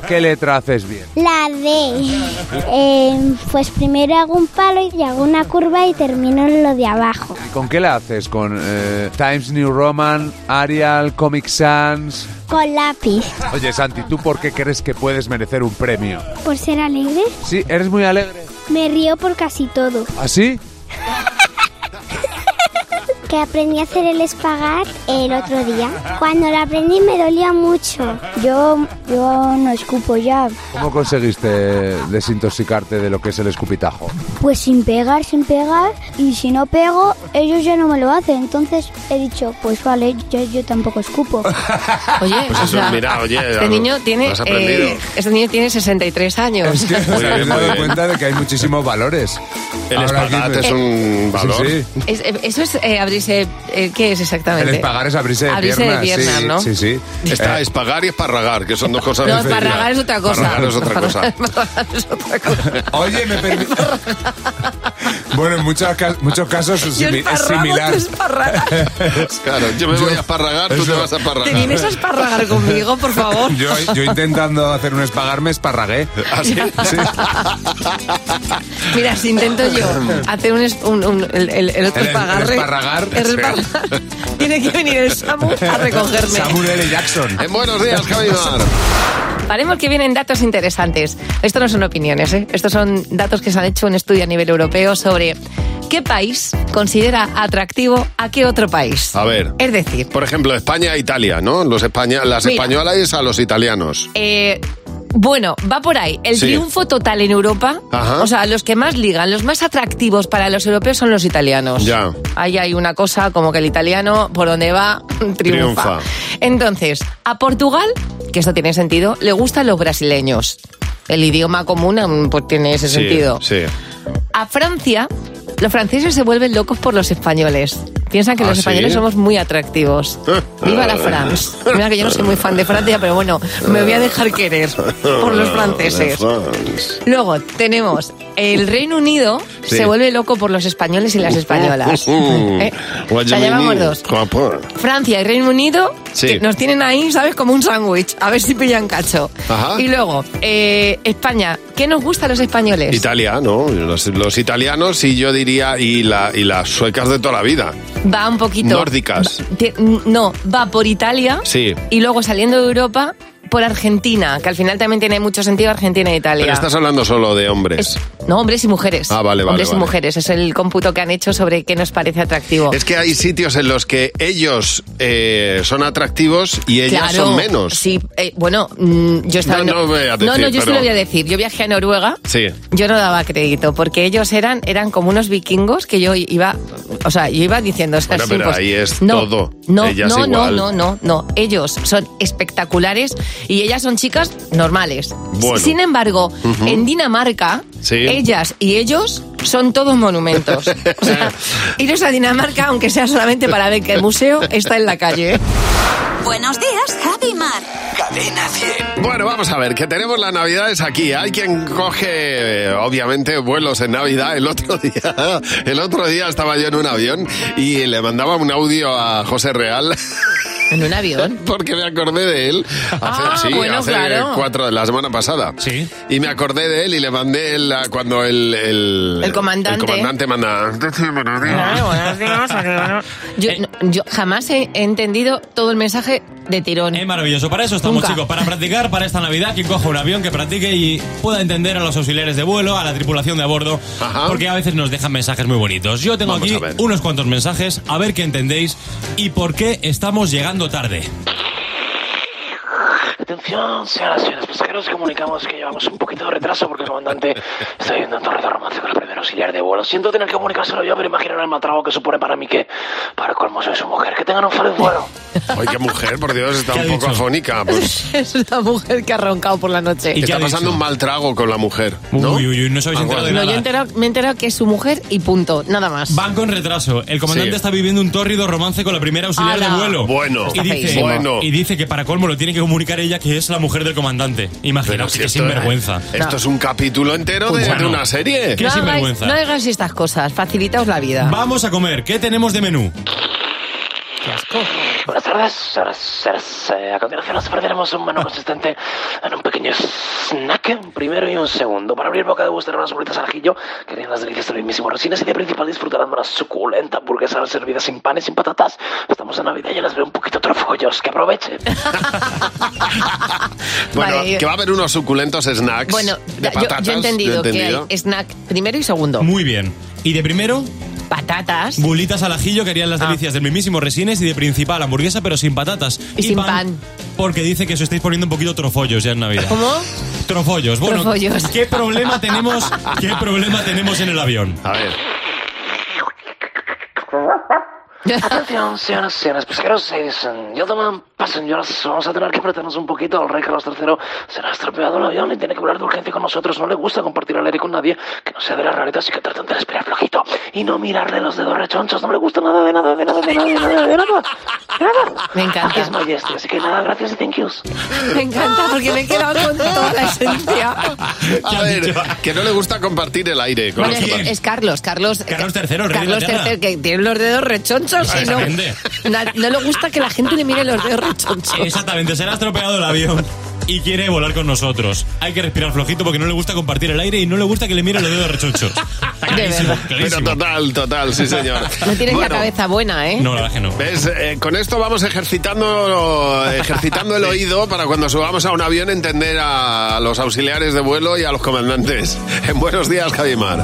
¿Qué letra haces bien? La D. Eh, pues primero hago un palo y hago una curva y termino en lo de abajo. ¿Y ¿Con qué la haces? ¿Con eh, Times New Roman, Arial, Comic Sans? Con lápiz. Oye, Santi, ¿tú por qué crees que puedes merecer un premio? Por ser alegre. Sí, eres muy alegre. ¿Ah, Me río por casi todo. ¿Así? Que aprendí a hacer el espagat el otro día. Cuando lo aprendí me dolía mucho. Yo, yo no escupo ya. ¿Cómo conseguiste desintoxicarte de lo que es el escupitajo? Pues sin pegar, sin pegar. Y si no pego, ellos ya no me lo hacen. Entonces he dicho, pues vale, yo, yo tampoco escupo. Oye, Pues Eh, o eso, sea, mira, oye, este niño tiene lo has aprendido. eh, este niño tiene 63 años. Es que Muy os habéis bien, <laughs> muy dado bien. cuenta de que hay muchísimos valores. El Ahora espagat dime. es un valor. Sí, sí. Es- eh, eso es eh, abrirse. eh, ¿Qué es exactamente? El espagar es abrirse de Abrirse piernas. de piernas, sí, ¿no? sí, sí. Está espagar Eh, y esparragar, que son dos cosas No, diferentes. esparragar es otra cosa. <laughs> <laughs> Esparragar es otra cosa. Oye, me, permi- Bueno, en muchos, ca- muchos casos <laughs> es Yo simi- es esparrago, similar. tú <laughs> esparragas. Claro, yo me voy a esparragar, tú te vas a esparragar. ¿Te vienes a esparragar conmigo, por favor? Yo, yo intentando hacer un espagar me esparragué. ¿Así? <laughs> Mira, si intento yo hacer un, es- un- un- el, el- el otro El- el espagarre. esparragar. el espar- Tiene que venir el <laughs> Samu a recogerme. Samuel L. Jackson. En Eh, buenos días, Javi Mar. Paremos que vienen datos interesantes. Esto no son opiniones, ¿eh? estos son datos que se han hecho un estudio a nivel europeo sobre qué país considera atractivo a qué otro país. A ver. Es decir, Por ejemplo, España e Italia, ¿no? Los españa las Mira. españolas a los italianos. Eh, bueno, va por ahí. El Sí. triunfo total en Europa, Ajá. o sea, los que más ligan, los más atractivos para los europeos son los italianos. Ya. Ahí hay una cosa como que el italiano, por donde va, triunfa. Triunfa. Entonces, a Portugal, que esto tiene sentido, le gustan los brasileños. El idioma común mm, pues tiene ese Sí, sentido. Sí. A Francia, los franceses se vuelven locos por los españoles. Piensan que ¿Ah, los sí? españoles somos muy <laughs> atractivos. Viva la France. Mira que yo no soy muy fan de Francia, pero bueno, me voy a dejar querer por los <laughs> franceses. Luego tenemos el Reino Unido Sí. Uh, se vuelve loco por los españoles y las <laughs> españolas. <laughs> ¿Eh? What Ya you llevamos mean? dos. Guapo. Francia y Reino Unido Sí. que nos tienen ahí, ¿sabes? Como un sándwich. A ver si pillan cacho. Ajá. Y luego, eh, España. ¿Qué nos gusta a los españoles? Italia, ¿no? Los, los italianos y yo diría, y, la, y las suecas de toda la vida. Va un poquito. Nórdicas. Te- mm, no, va por Italia Sí. y luego saliendo de Europa por Argentina, que al final también tiene mucho sentido Argentina e Italia. Pero estás hablando solo de hombres. No, hombres y mujeres. Ah, vale, vale, Hombres vale. y mujeres, es el cómputo que han hecho sobre qué nos parece atractivo. Es que hay sitios en los que ellos eh, son atractivos y ellas Claro, son menos. Sí, eh, bueno, mm, yo estaba. No, no voy a no, decir, yo sí pero- lo voy a decir. Yo viajé a Noruega. Sí. Yo no daba crédito porque ellos eran eran como unos vikingos que yo iba, o sea, yo iba diciendo, o sea, Bueno, sí, pero pues, ahí es no, todo. No, Ellas no, igual. no, no, no, no. Ellos son espectaculares y ellas son chicas normales. Bueno. Sin embargo, Ujú. en Dinamarca, Sí. ellas y ellos son todos <laughs> monumentos. O sea, iros a Dinamarca, aunque sea solamente para ver que el museo está en la calle. ¿eh? Buenos días, Javi Mar. Cadena 100. Bueno, vamos a ver, que tenemos las navidades aquí. Hay quien coge, eh, obviamente, vuelos en Navidad. El otro <laughs> día, el otro día estaba yo en un avión y le mandaba un audio a José Real. ¿En un avión? <laughs> Porque me acordé de él hace, sí, ¿Eh? Ah, bueno, hace claro. cuatro, la semana pasada. Sí. Y me acordé de él y le mandé el- la- cuando el, el, El comandante. Ah, el comandante manda. Yo, no, yo jamás he he entendido todo el mensaje de tirón. Es maravilloso, para eso estamos Nunca. chicos, para practicar para esta Navidad, quien coja un avión que practique y pueda entender a los auxiliares de vuelo, a la tripulación de a bordo, porque a veces nos dejan mensajes muy bonitos. Yo tengo aquí unos cuantos mensajes, a ver qué entendéis y por qué estamos llegando tarde. Atención, señoras y señores pasajeros, comunicamos que llevamos un poquito de retraso porque el comandante está viendo un torrido romance con el primer auxiliar de vuelo. Siento tener que comunicárselo yo, pero imaginar el matrago que supone para mí que, para colmo, soy su mujer. Que tengan un feliz vuelo. Ay, qué mujer, por Dios, está un poco afónica. Pues, <laughs> Es la mujer que ha roncado por la noche. está pasando un mal trago con la mujer. ¿no? Uy, uy, uy, no se habéis enterado de No, yo he nada. enterado- me he enterado que es su mujer y punto, nada más. Van con retraso. El comandante Sí. está viviendo un tórrido romance con la primera auxiliar ¡Hala! de vuelo. Bueno, y dice, feísimo. bueno. y dice que para colmo lo tiene que comunicar ella que es la mujer del comandante. Imaginaos si que esto- sinvergüenza. esto es un capítulo entero de- de una serie. Qué no, hagáis, sinvergüenza. no hagáis estas cosas, facilitaos la vida. Vamos a comer. ¿Qué tenemos de menú? Buenas tardes, señoras y señores. Eh, a continuación nos ofreceremos un menú consistente en un pequeño snack, un primero y un segundo. Para abrir boca de gustar unas bolitas al ajillo, que tienen las delicias del mismísimo Rosinas, y de principal disfrutarán de una suculenta hamburguesa servida sin panes, sin patatas. Estamos en Navidad y ya les veo un poquito trofollos. Que aprovechen. Bueno, Vale. que va a haber unos suculentos snacks. Bueno, de ya- yo- yo, patatas, he entendido, yo he entendido. que hay snack primero y segundo. Muy bien. Y de primero, Patatas. <laughs> bulitas al ajillo que harían las Ah. delicias del mismísimo Resines y de principal hamburguesa, pero sin patatas. Y sin pan. Porque dice que os estáis poniendo un poquito trofollos ya en Navidad. ¿Cómo? Trofollos. Bueno, Trofollos. ¿qué <laughs> problema tenemos? ¿Qué problema tenemos en el avión? A ver. <laughs> Atención, señoras y señores pesqueros, se dicen, yo toman passengers, vamos a tener que apretarnos un poquito, el rey Carlos III será estropeado el avión y tiene que hablar de urgencia con nosotros, no le gusta compartir el aire con nadie que no sea de las raretas y que traten de respirar flojito y no mirarle los dedos rechonchos, no le gusta nada de nada, de nada, de nada, de nada, de nada, de nada. Me encanta. Aquí es Majesty, así que nada, gracias y thank yous. <laughs> Me encanta porque me he quedado con toda la esencia. A ver, que no le gusta compartir el aire con Vale, los demás. es, es Carlos, Carlos. eh, Carlos III, rey de Carlos Inglaterra. III, que tiene los dedos rechonchos y no, Exactamente. na- no le gusta que la gente le mire los dedos rechonchos. Exactamente, se le ha estropeado el avión y quiere volar con nosotros. Hay que respirar flojito porque no le gusta compartir el aire y no le gusta que le miren los dedos rechonchos. <laughs> Está clarísimo, Pero clarísimo. total, total, sí señor. No tienes Bueno, la cabeza buena, ¿eh? la verdad que no. ¿Ves? Eh, con esto vamos ejercitando, ejercitando el oído para cuando subamos a un avión entender a los auxiliares de vuelo y a los comandantes. <laughs> En buenos días, Javimar.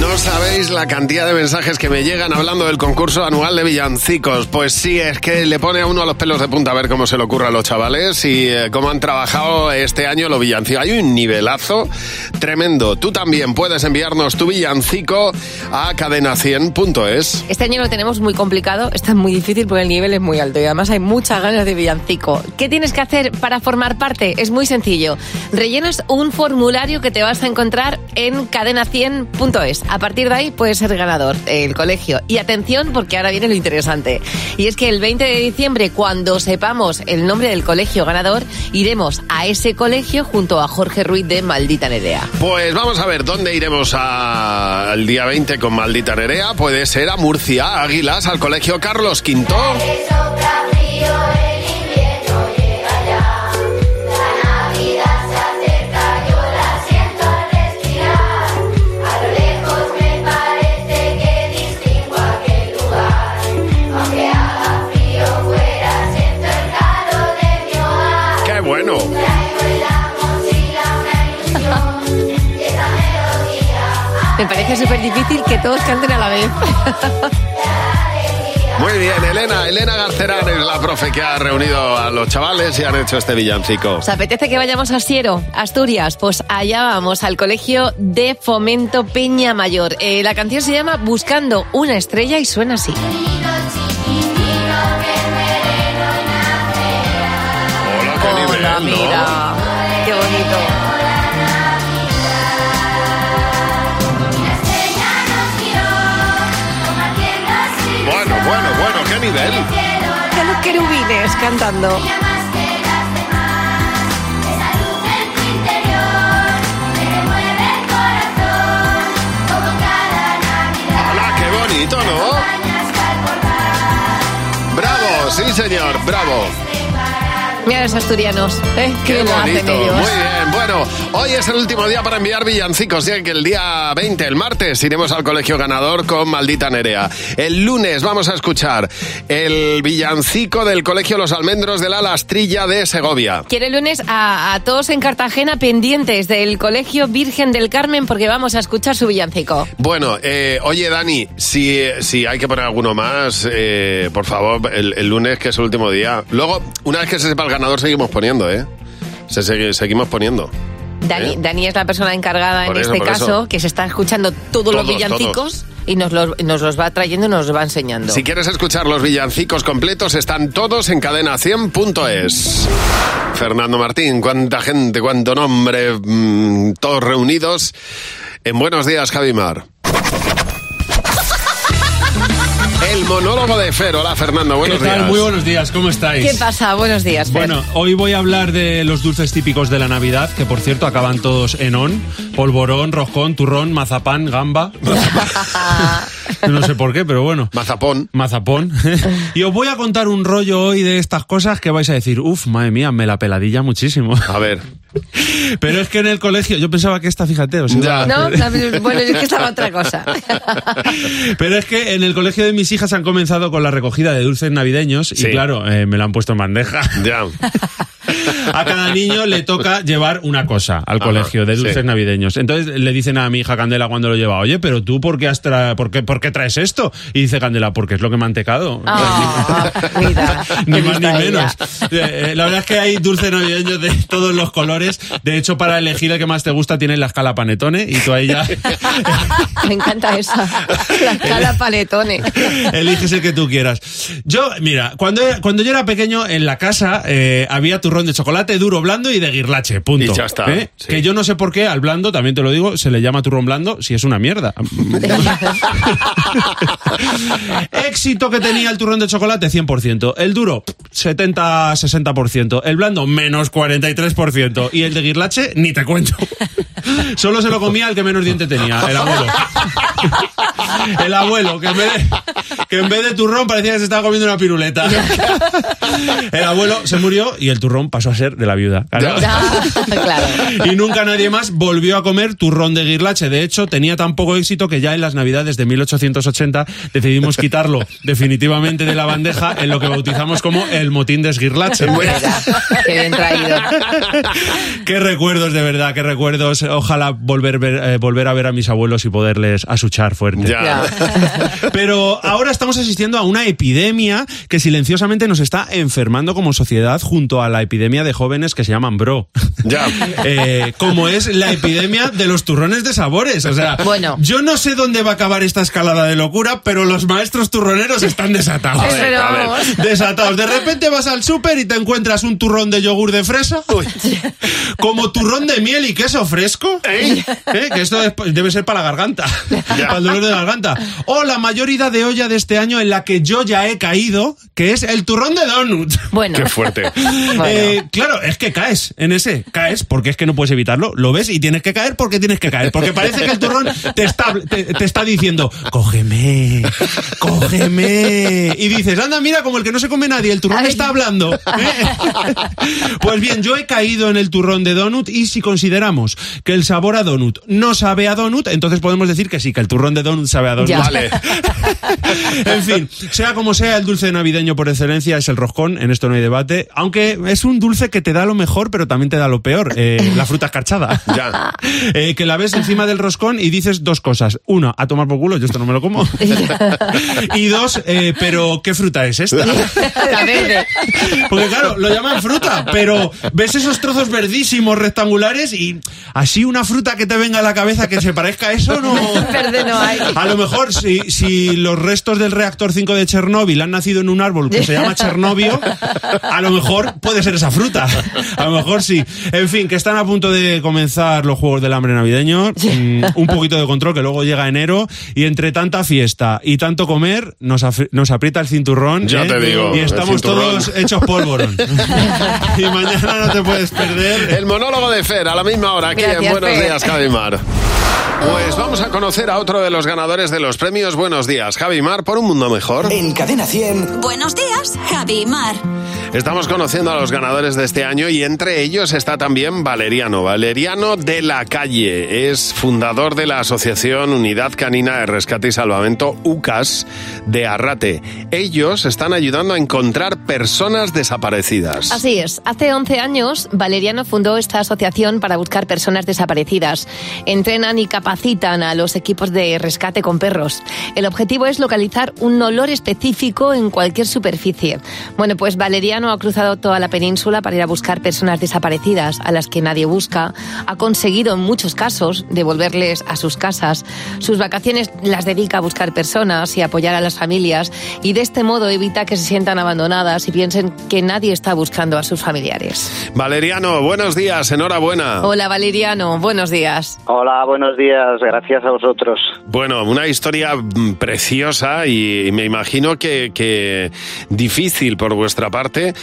No sabéis la cantidad de mensajes que me llegan hablando del concurso anual de villancicos. Pues sí, es que le pone a uno los pelos de punta a ver cómo se le ocurre a los chavales y eh, cómo han trabajado este año los villancicos. Hay un nivelazo tremendo. Tú también puedes enviarnos tu villancico a cadena100.es. Este año lo tenemos muy complicado, está muy difícil porque el nivel es muy alto y además hay muchas ganas de villancico. ¿Qué tienes que hacer para formar parte? Es muy sencillo. Rellenas un formulario que te vas a encontrar en cadena100.es. A partir de ahí puedes ser ganador el colegio. Y atención porque ahora viene lo interesante. Y es que el 20 de diciembre, cuando sepamos el nombre del colegio ganador, iremos a ese colegio junto a Jorge Ruiz de Maldita Nerea. Pues vamos a ver dónde iremos a- al día 20 con Maldita Nerea. Puede ser a Murcia, a Águilas, al Colegio Carlos V. ¡Qué bueno! Me parece súper difícil que todos canten a la vez. <laughs> Muy bien, Elena. Elena Garcerán es la profe que ha reunido a los chavales y han hecho este villancico. ¿Os apetece que vayamos a Siero, Asturias? Pues allá vamos, al colegio de Fomento Peña Mayor. Eh, la canción se llama Buscando una estrella y suena así. Hola, mira. Qué bonito. Bueno, bueno, bueno, qué nivel. De los querubines cantando. Hola, Ah, qué bonito, ¿no? Bravo, sí señor, bravo. Mira los asturianos, ¿eh? Qué, Qué bien lo hacen bonito, ellos. muy bien. Bueno, hoy es el último día para enviar villancicos, ya que el día 20, el martes, iremos al colegio ganador con Maldita Nerea. El lunes vamos a escuchar el villancico del colegio Los Almendros de la Lastrilla de Segovia. Quiero el lunes a, a todos en Cartagena pendientes del colegio Virgen del Carmen porque vamos a escuchar su villancico. Bueno, eh, oye Dani, si, si hay que poner alguno más, eh, por favor, el, el lunes que es el último día. Luego, una vez que se sepa el ganador, seguimos poniendo, ¿eh? Se, se- seguimos poniendo. Dani, ¿Eh? Dani es la persona encargada Por en eso, este por caso eso. que se está escuchando todos, Todos, los villancicos y nos los, nos los va trayendo y nos los va enseñando. Si quieres escuchar los villancicos completos, están todos en cadena100.es. Fernando Martín, cuánta gente, cuánto nombre, mm, todos reunidos. En Buenos Días, Javimar. El monólogo de Fer. Hola, Fernando, buenos ¿Qué tal? días. Muy buenos días, ¿cómo estáis? ¿Qué pasa? Buenos días. Fer. Bueno, hoy voy a hablar de los dulces típicos de la Navidad, que por cierto acaban todos en on. Polvorón, rojón, turrón, mazapán, gamba. No sé por qué, pero bueno. Mazapón. Mazapón. <laughs> Y os voy a contar un rollo hoy de estas cosas que vais a decir, uff, madre mía, me la peladilla muchísimo. A ver. <laughs> Pero es que en el colegio, yo pensaba que esta, fíjate, o sea, iba a No, hacer- no, bueno, yo es que estaba otra cosa. <laughs> Pero es que en el colegio de mis hijas han comenzado con la recogida de dulces navideños y claro, eh, me lo han puesto en bandeja. Ya. A cada niño le toca llevar una cosa al Ajá, colegio de dulces sí. navideños. Entonces le dicen a mi hija Candela cuando lo lleva, oye, pero tú por qué, has tra- por qué, por qué traes esto? Y dice Candela, porque es lo que me han tecado. ni más ni <laughs> menos. Eh, eh, La verdad es que hay dulces navideños de todos los colores. De hecho, para elegir el que más te gusta tienes la escala panetone y tú ahí ya Me encanta esa. La escala paletone. <laughs> Eliges el que tú quieras. Yo, mira, cuando, cuando yo era pequeño en la casa eh, había turrón marrón de chocolate duro, blando y de guirlache. Punto. Y ya está, ¿Eh? Que yo no sé por qué al blando, también te lo digo, se le llama turrón blando si es una mierda. Éxito que tenía el turrón de chocolate, 100%. El duro, 70-60%. El blando, menos 43%. Y el de guirlache, ni te cuento. Solo se lo comía el que menos diente tenía, el abuelo. El abuelo, que en vez de, que en vez de turrón parecía que se estaba comiendo una piruleta. El abuelo se murió y el turrón pasó a ser de la viuda. Claro. claro. Y nunca nadie más volvió a comer turrón de guirlache. De hecho, tenía tan poco éxito que ya en las navidades de 1880 decidimos quitarlo definitivamente de la bandeja en lo que bautizamos como el motín de esguirlache. Qué bien traído. Qué recuerdos, de verdad, qué recuerdos. Ojalá volver, ver- eh, volver a ver a mis abuelos y poderles asuchar fuerte. <laughs> Pero ahora estamos asistiendo a una epidemia que silenciosamente nos está enfermando como sociedad junto a la epidemia de jóvenes que se llaman bro. <laughs> Eh, Ya. como es la epidemia de los turrones de sabores. O sea, Bueno. yo no sé dónde va a acabar esta escalada de locura, pero los maestros turroneros están desatados. A ver, a ver. Desatados. De repente vas al súper y te encuentras un turrón de yogur de fresa. Como turrón de miel y queso fresco. ¿Eh? Que esto es- debe ser para la garganta. <laughs> Para el dolor de la garganta. O la mayoría de olla de este año en la que yo ya he caído, que es el turrón de donut. Bueno. Qué fuerte. Eh, claro, es que caes en ese. Caes porque es que no puedes evitarlo. Lo ves y tienes que caer porque tienes que caer. Porque parece que el turrón te está, te- te está diciendo, cógeme, cógeme. Y dices, anda, mira, como el que no se come nadie, el turrón está hablando. ¿eh? Pues bien, yo he caído en el turrón de donut y si consideramos que el sabor a donut no sabe a donut, entonces podemos decir que sí, que el turrón de donut sabe a donut. Ya. eh. Vale. <laughs> En fin, sea como sea, el dulce navideño por excelencia es el roscón, en esto no hay debate, aunque es un dulce que te da lo mejor, pero también te da lo peor, eh, la fruta escarchada. <laughs> Ya. Eh, que la ves encima del roscón y dices dos cosas. Una, a tomar por culo, yo esto no me lo como. <laughs> y dos, eh, pero ¿qué fruta es esta? La verde. Porque claro, lo llaman fruta, pero ves esos trozos verdísimos rectangulares y así una fruta que te venga a la cabeza que se parezca a eso, no... Verde no hay. A lo mejor si, si los restos del reactor 5 de Chernóbil han nacido en un árbol que se llama Chernobio, a lo mejor puede ser esa fruta. A lo mejor sí. En fin, que están a punto de comenzar los Juegos del Hambre navideños. Mm, Un poquito de control que luego llega enero y entre tanta fiesta y tanto comer nos, afri- nos aprieta el cinturrón. Ya ¿eh? te digo, Y el estamos cinturrón. todos hechos polvorón. y mañana no te puedes perder. El monólogo de Fer a la misma hora aquí en Gracias, Buenos Fer. Días, Javi Mar. Pues vamos a conocer a otro de los ganadores de los premios Buenos Días, Javi Mar, por un mundo mejor. En Cadena 100. Buenos días, Javi y Mar. Estamos conociendo a los ganadores de este año y entre ellos está también Valeriano. Valeriano de la Calle es fundador de la Asociación Unidad Canina de Rescate y Salvamento UCAS de Arrate. Ellos están ayudando a encontrar personas desaparecidas. Así es. Hace 11 años, Valeriano fundó esta asociación para buscar personas desaparecidas. Entrenan y capacitan a los equipos de rescate con perros. El objetivo es localizar un olor específico en cualquier superficie. Bueno, pues Valeriano ha cruzado toda la península para ir a buscar personas desaparecidas, a las que nadie busca. Ha conseguido en muchos casos devolverles a sus casas. Sus vacaciones las dedica a buscar personas y apoyar a las familias y de este modo evita que se sientan abandonadas y piensen que nadie está buscando a sus familiares. Valeriano, buenos días, enhorabuena. Hola Valeriano, buenos días. Hola, buenos días. Gracias a vosotros. Bueno, una historia mm, preciosa y me imagino que, que difícil por vuestra parte.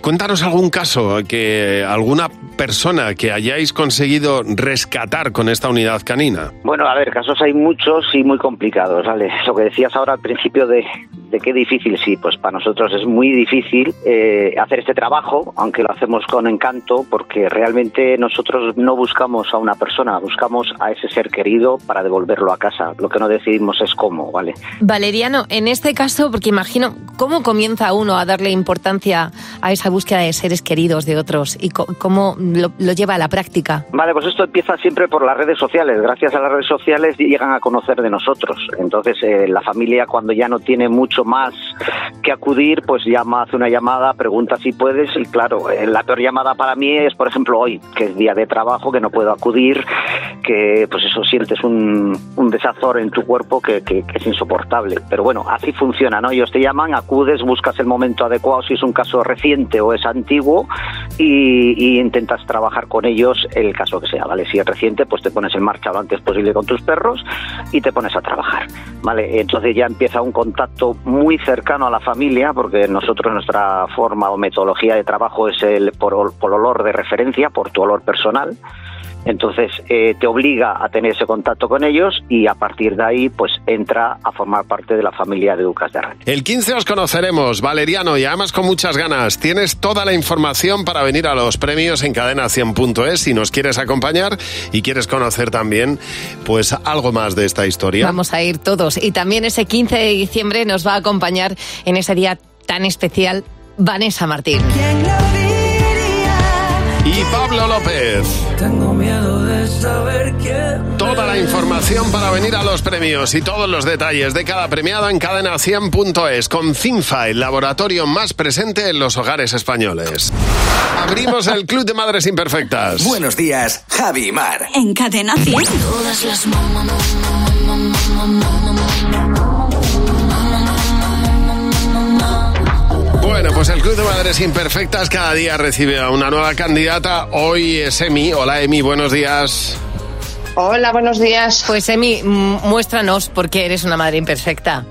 Cuéntanos algún caso que alguna persona que hayáis conseguido rescatar con esta unidad canina. Bueno, a ver, casos hay muchos y muy complicados, ¿vale? Lo que decías ahora al principio de, de qué difícil, sí, pues para nosotros es muy difícil eh, hacer este trabajo, aunque lo hacemos con encanto, porque realmente nosotros no buscamos a una persona, buscamos a ese ser querido para devolverlo a casa. Lo que no decidimos es cómo, ¿vale? Valeriano, en este caso, porque imagino, ¿cómo comienza uno a darle importancia a esa búsqueda de seres queridos de otros y co- cómo lo, lo lleva a la práctica? Vale, pues esto empieza siempre por las redes sociales. Gracias a las redes sociales llegan a conocer de nosotros. Entonces, eh, la familia cuando ya no tiene mucho mucho más que acudir, pues llama, hace una llamada, pregunta si puedes y claro, eh, la peor llamada para mí es, por ejemplo, hoy, que es día de trabajo, que no puedo acudir, que pues eso sientes un, un desazor en tu cuerpo que, que- que es insoportable. Pero bueno, así funciona, ¿no? Ellos te llaman, acudes, buscas el momento adecuado si es un caso reciente o es antiguo y, y intentas trabajar con ellos el caso que sea, ¿vale? Si es reciente, pues te pones en marcha lo antes posible con tus perros y te pones a trabajar, ¿vale? Entonces ya empieza un contacto muy cercano a la familia, porque nosotros nuestra forma o metodología de trabajo es el por, ol- por olor de referencia, por tu olor personal. Entonces eh, te obliga a tener ese contacto con ellos y a partir de ahí pues entra a formar parte de la familia de Educas de Red. El 15 os conoceremos, Valeriano, y además con muchas ganas. Tienes toda la información para venir a los premios en cadena100.es si nos quieres acompañar y quieres conocer también pues algo más de esta historia. Vamos a ir todos. Y también ese 15 de diciembre nos va a acompañar en ese día tan especial Vanessa Martín. Y Pablo López. Tengo miedo de saber quién. Toda la información para venir a los premios y todos los detalles de cada premiado en cadena100.es con CINFA, el laboratorio más presente en los hogares españoles. Abrimos el Club de Madres Imperfectas. Buenos días, Javi y Mar. En cadena 100. Todas las mamá, mamá, mamá, Bueno, pues el Club de Madres Imperfectas cada día recibe a una nueva candidata. Hoy es Emi. Hola Emi, buenos días. Hola, buenos días. Pues Emi, m- muéstranos por qué eres una madre <laughs> imperfecta.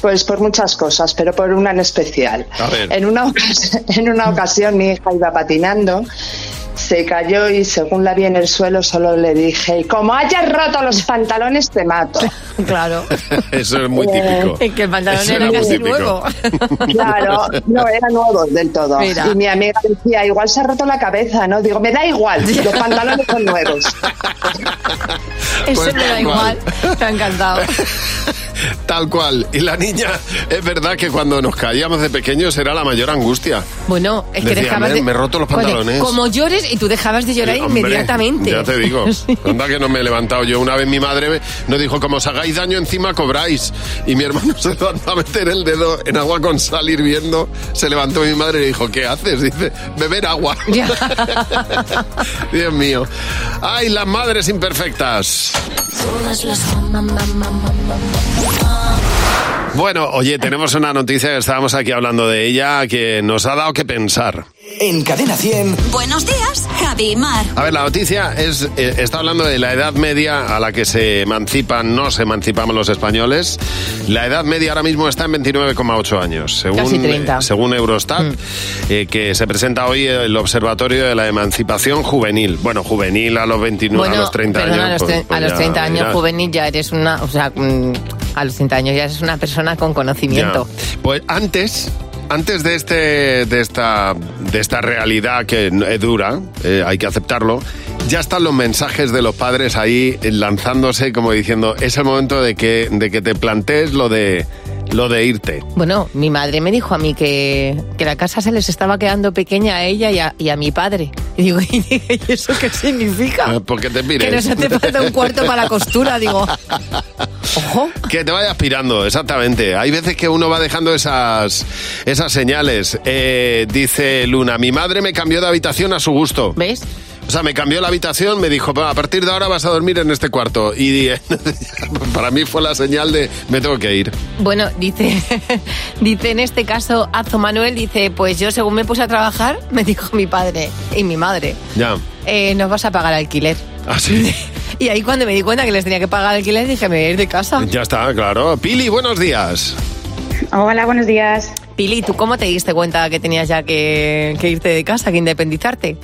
Pues por muchas cosas, pero por una en especial. A ver. En una, ocas- <laughs> en una ocasión mi hija iba patinando, se cayó y según la vi en el suelo solo le dije, como hayas roto los pantalones te mato. Claro. Eso es muy Eh, típico. es que el pantalón Eso era muy casi <laughs> típico. nuevo. Claro, no era nuevo del todo. Mira. Y mi amiga decía, igual se ha roto la cabeza, ¿no? Digo, me da igual, los pantalones son nuevos. Eso Pues me da tal igual. Te ha encantado. Tal cual. Y la niña, es verdad que cuando nos caíamos de pequeños era la mayor angustia. Bueno, es que Decía, dejabas "Me- de... me he roto los Joder, pantalones". Como llores y tú dejabas de llorar Hombre, inmediatamente. Ya <laughs> te digo. Anda que no me he levantado yo. Una vez mi madre me- nos dijo, como os hagáis daño encima, cobráis. Y mi hermano <laughs> se levantó a meter el dedo en agua con sal hirviendo. Se levantó mi madre y le dijo, ¿qué haces? Dice, beber agua. <laughs> Dios mío. Ay, las madres imperfectas. Todas las mamá, mamá, mamá, Bueno, oye, tenemos una noticia que estábamos aquí hablando de ella que nos ha dado que pensar. En Cadena 100. Buenos días, Javi y Mar. A ver, la noticia es eh, está hablando de la edad media a la que se emancipan, no se emancipamos los españoles. La edad media ahora mismo está en 29,8 años, según, Casi Mm. 30. eh, según Eurostat, eh, que se presenta hoy el Observatorio de la Emancipación Juvenil. Bueno, juvenil a los 29, a los 30 perdona, años. a los, pues- tre- pues a los ya 30 años verás. juvenil ya eres una, o sea, mm, a los 30 años ya eres una persona con conocimiento. Ya. Pues antes, antes de este, de esta, de esta realidad que n- es dura, eh, hay que aceptarlo. Ya están los mensajes de los padres ahí eh, lanzándose como diciendo es el momento de que, de que te plantees lo de, lo de irte. Bueno, mi madre me dijo a mí que, que la casa se les estaba quedando pequeña a ella y a, y a mi padre. <laughs> Y digo, ¿y eso <laughs> qué significa? Ah, Porque te pires. Que nos hace falta un cuarto para la costura, <laughs> digo. Que te vayas pirando, exactamente. Hay veces que uno va dejando esas, esas señales. Eh, dice Luna, mi madre me cambió de habitación a su gusto. ¿Ves? O sea, me cambió la habitación, me dijo, "Va, a partir de ahora vas a dormir en este cuarto. <laughs> Y eh, para mí fue la señal de, me tengo que ir. Bueno, dice, <laughs> dice en este caso Azo Manuel, dice, pues yo según me puse a trabajar, <laughs> me dijo mi padre y mi madre, Ya. eh, nos vas a pagar alquiler. <laughs> Así. Y ahí cuando me di cuenta que les tenía que pagar alquiler, dije, me voy a ir de casa. ya está, claro. Pili, buenos días. Hola, buenos días. Pili, ¿tú cómo te diste cuenta que tenías ya que, que irte de casa, que independizarte?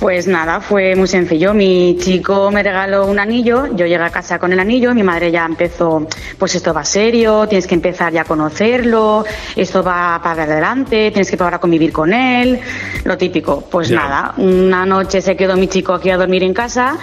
Pues nada, fue muy sencillo. Mi chico me regaló un anillo, yo llegué a casa con el anillo, mi madre ya empezó, pues esto va serio, tienes que empezar ya a conocerlo, esto va para adelante, tienes que probar a convivir con él, lo típico. Pues Ya. nada, una noche se quedó mi chico aquí a dormir en casa,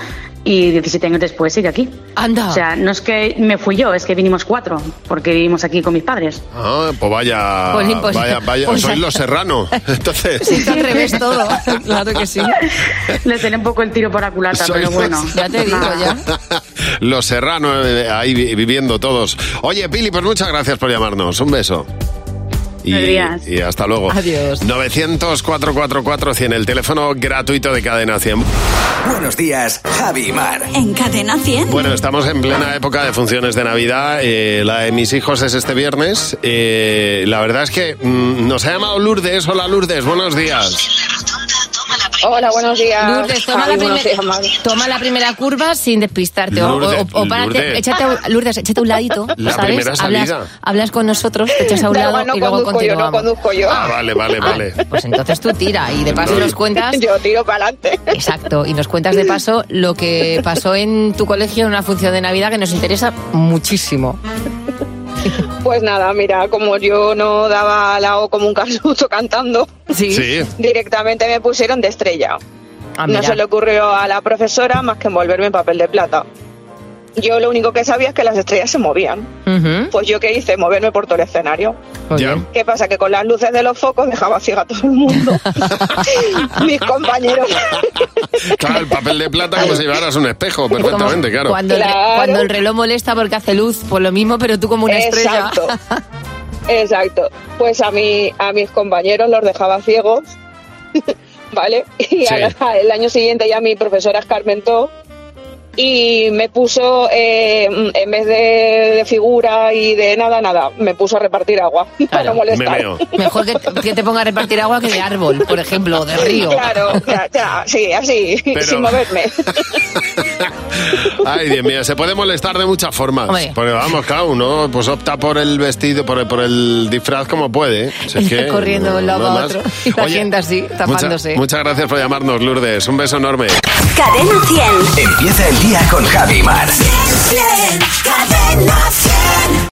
y 17 años después sigue aquí. Anda. O sea, no es que me fui yo, es que vinimos cuatro, porque vivimos aquí con mis padres. Ah, pues vaya, Pues, pues, vaya, <laughs> vaya, pues- sois los serranos. <laughs> Entonces, Pues al revés todo, <laughs> claro que sí. <laughs> Le tenía un poco el tiro por la culata, Soy pero bueno. Ya te digo, ya. los serranos eh, ahí vi- viviendo todos. Oye, Pili, pues muchas gracias por llamarnos. Un beso. Y, Adiós. y hasta luego. Adiós. 900-444-100, el teléfono gratuito de Cadena 100. Buenos días, Javi y Mar. En Cadena 100. Bueno, estamos en plena época de funciones de Navidad. eh, la de mis hijos es este viernes. eh, la verdad es que mm, nos ha llamado Lourdes. Hola Lourdes, buenos días. Hola, buenos días. Lourdes, toma, Javi, la buenos días, primer- toma la primera curva sin despistarte. o- Lourdes, o, o párate, Lourdes. échate a un- Lourdes, échate a un ladito, La ¿sabes? primera Hablas, salida. hablas con nosotros, te echas a un Da lado igual, no y luego conduzco yo, no continuamos. conduzco yo. Ah, vale, vale, vale. Pues entonces tú tira y de paso No, nos <laughs> cuentas. Yo tiro para adelante. Exacto, y nos cuentas de paso lo que pasó en tu colegio en una función de Navidad que nos interesa muchísimo. Pues nada, mira, como yo no daba la O como un casucho cantando, Sí. directamente me pusieron de estrella. Ah, no mira. se le ocurrió a la profesora más que envolverme en papel de plata. Yo lo único que sabía es que las estrellas se movían. ¿Mm? Pues yo qué hice, moverme por todo el escenario. ¿Qué pasa? Que con las luces de los focos dejaba ciega a todo el mundo. <laughs> Mis compañeros. Claro, el papel de plata como si llevaras un espejo, perfectamente, claro. Cuando, el re- Claro. cuando el reloj molesta porque hace luz, por lo mismo, pero tú como una estrella. Exacto. Exacto. Pues a mí, a mis compañeros los dejaba ciegos, <laughs> ¿vale? Y Sí. al, al año siguiente ya mi profesora escarmentó y me puso, eh, en vez de, de figura y de nada, nada, me puso a repartir agua para no molestar. Mejor que, te- que te ponga a repartir agua que de árbol, por ejemplo, o de río. <laughs> Claro, ya, ya, sí, así, Pero- sin moverme. Ay, Dios mío, se puede molestar de muchas formas. Hombre. Porque vamos, claro, uno pues opta por el vestido, por el, por el disfraz como puede. <laughs> Si es que, corriendo de un lado no a más. otro y la gente así, tapándose. Mucha- muchas gracias por llamarnos, Lourdes. Un beso enorme. Cadena 100. Empieza el día con Javi y Mar. Cadena 100.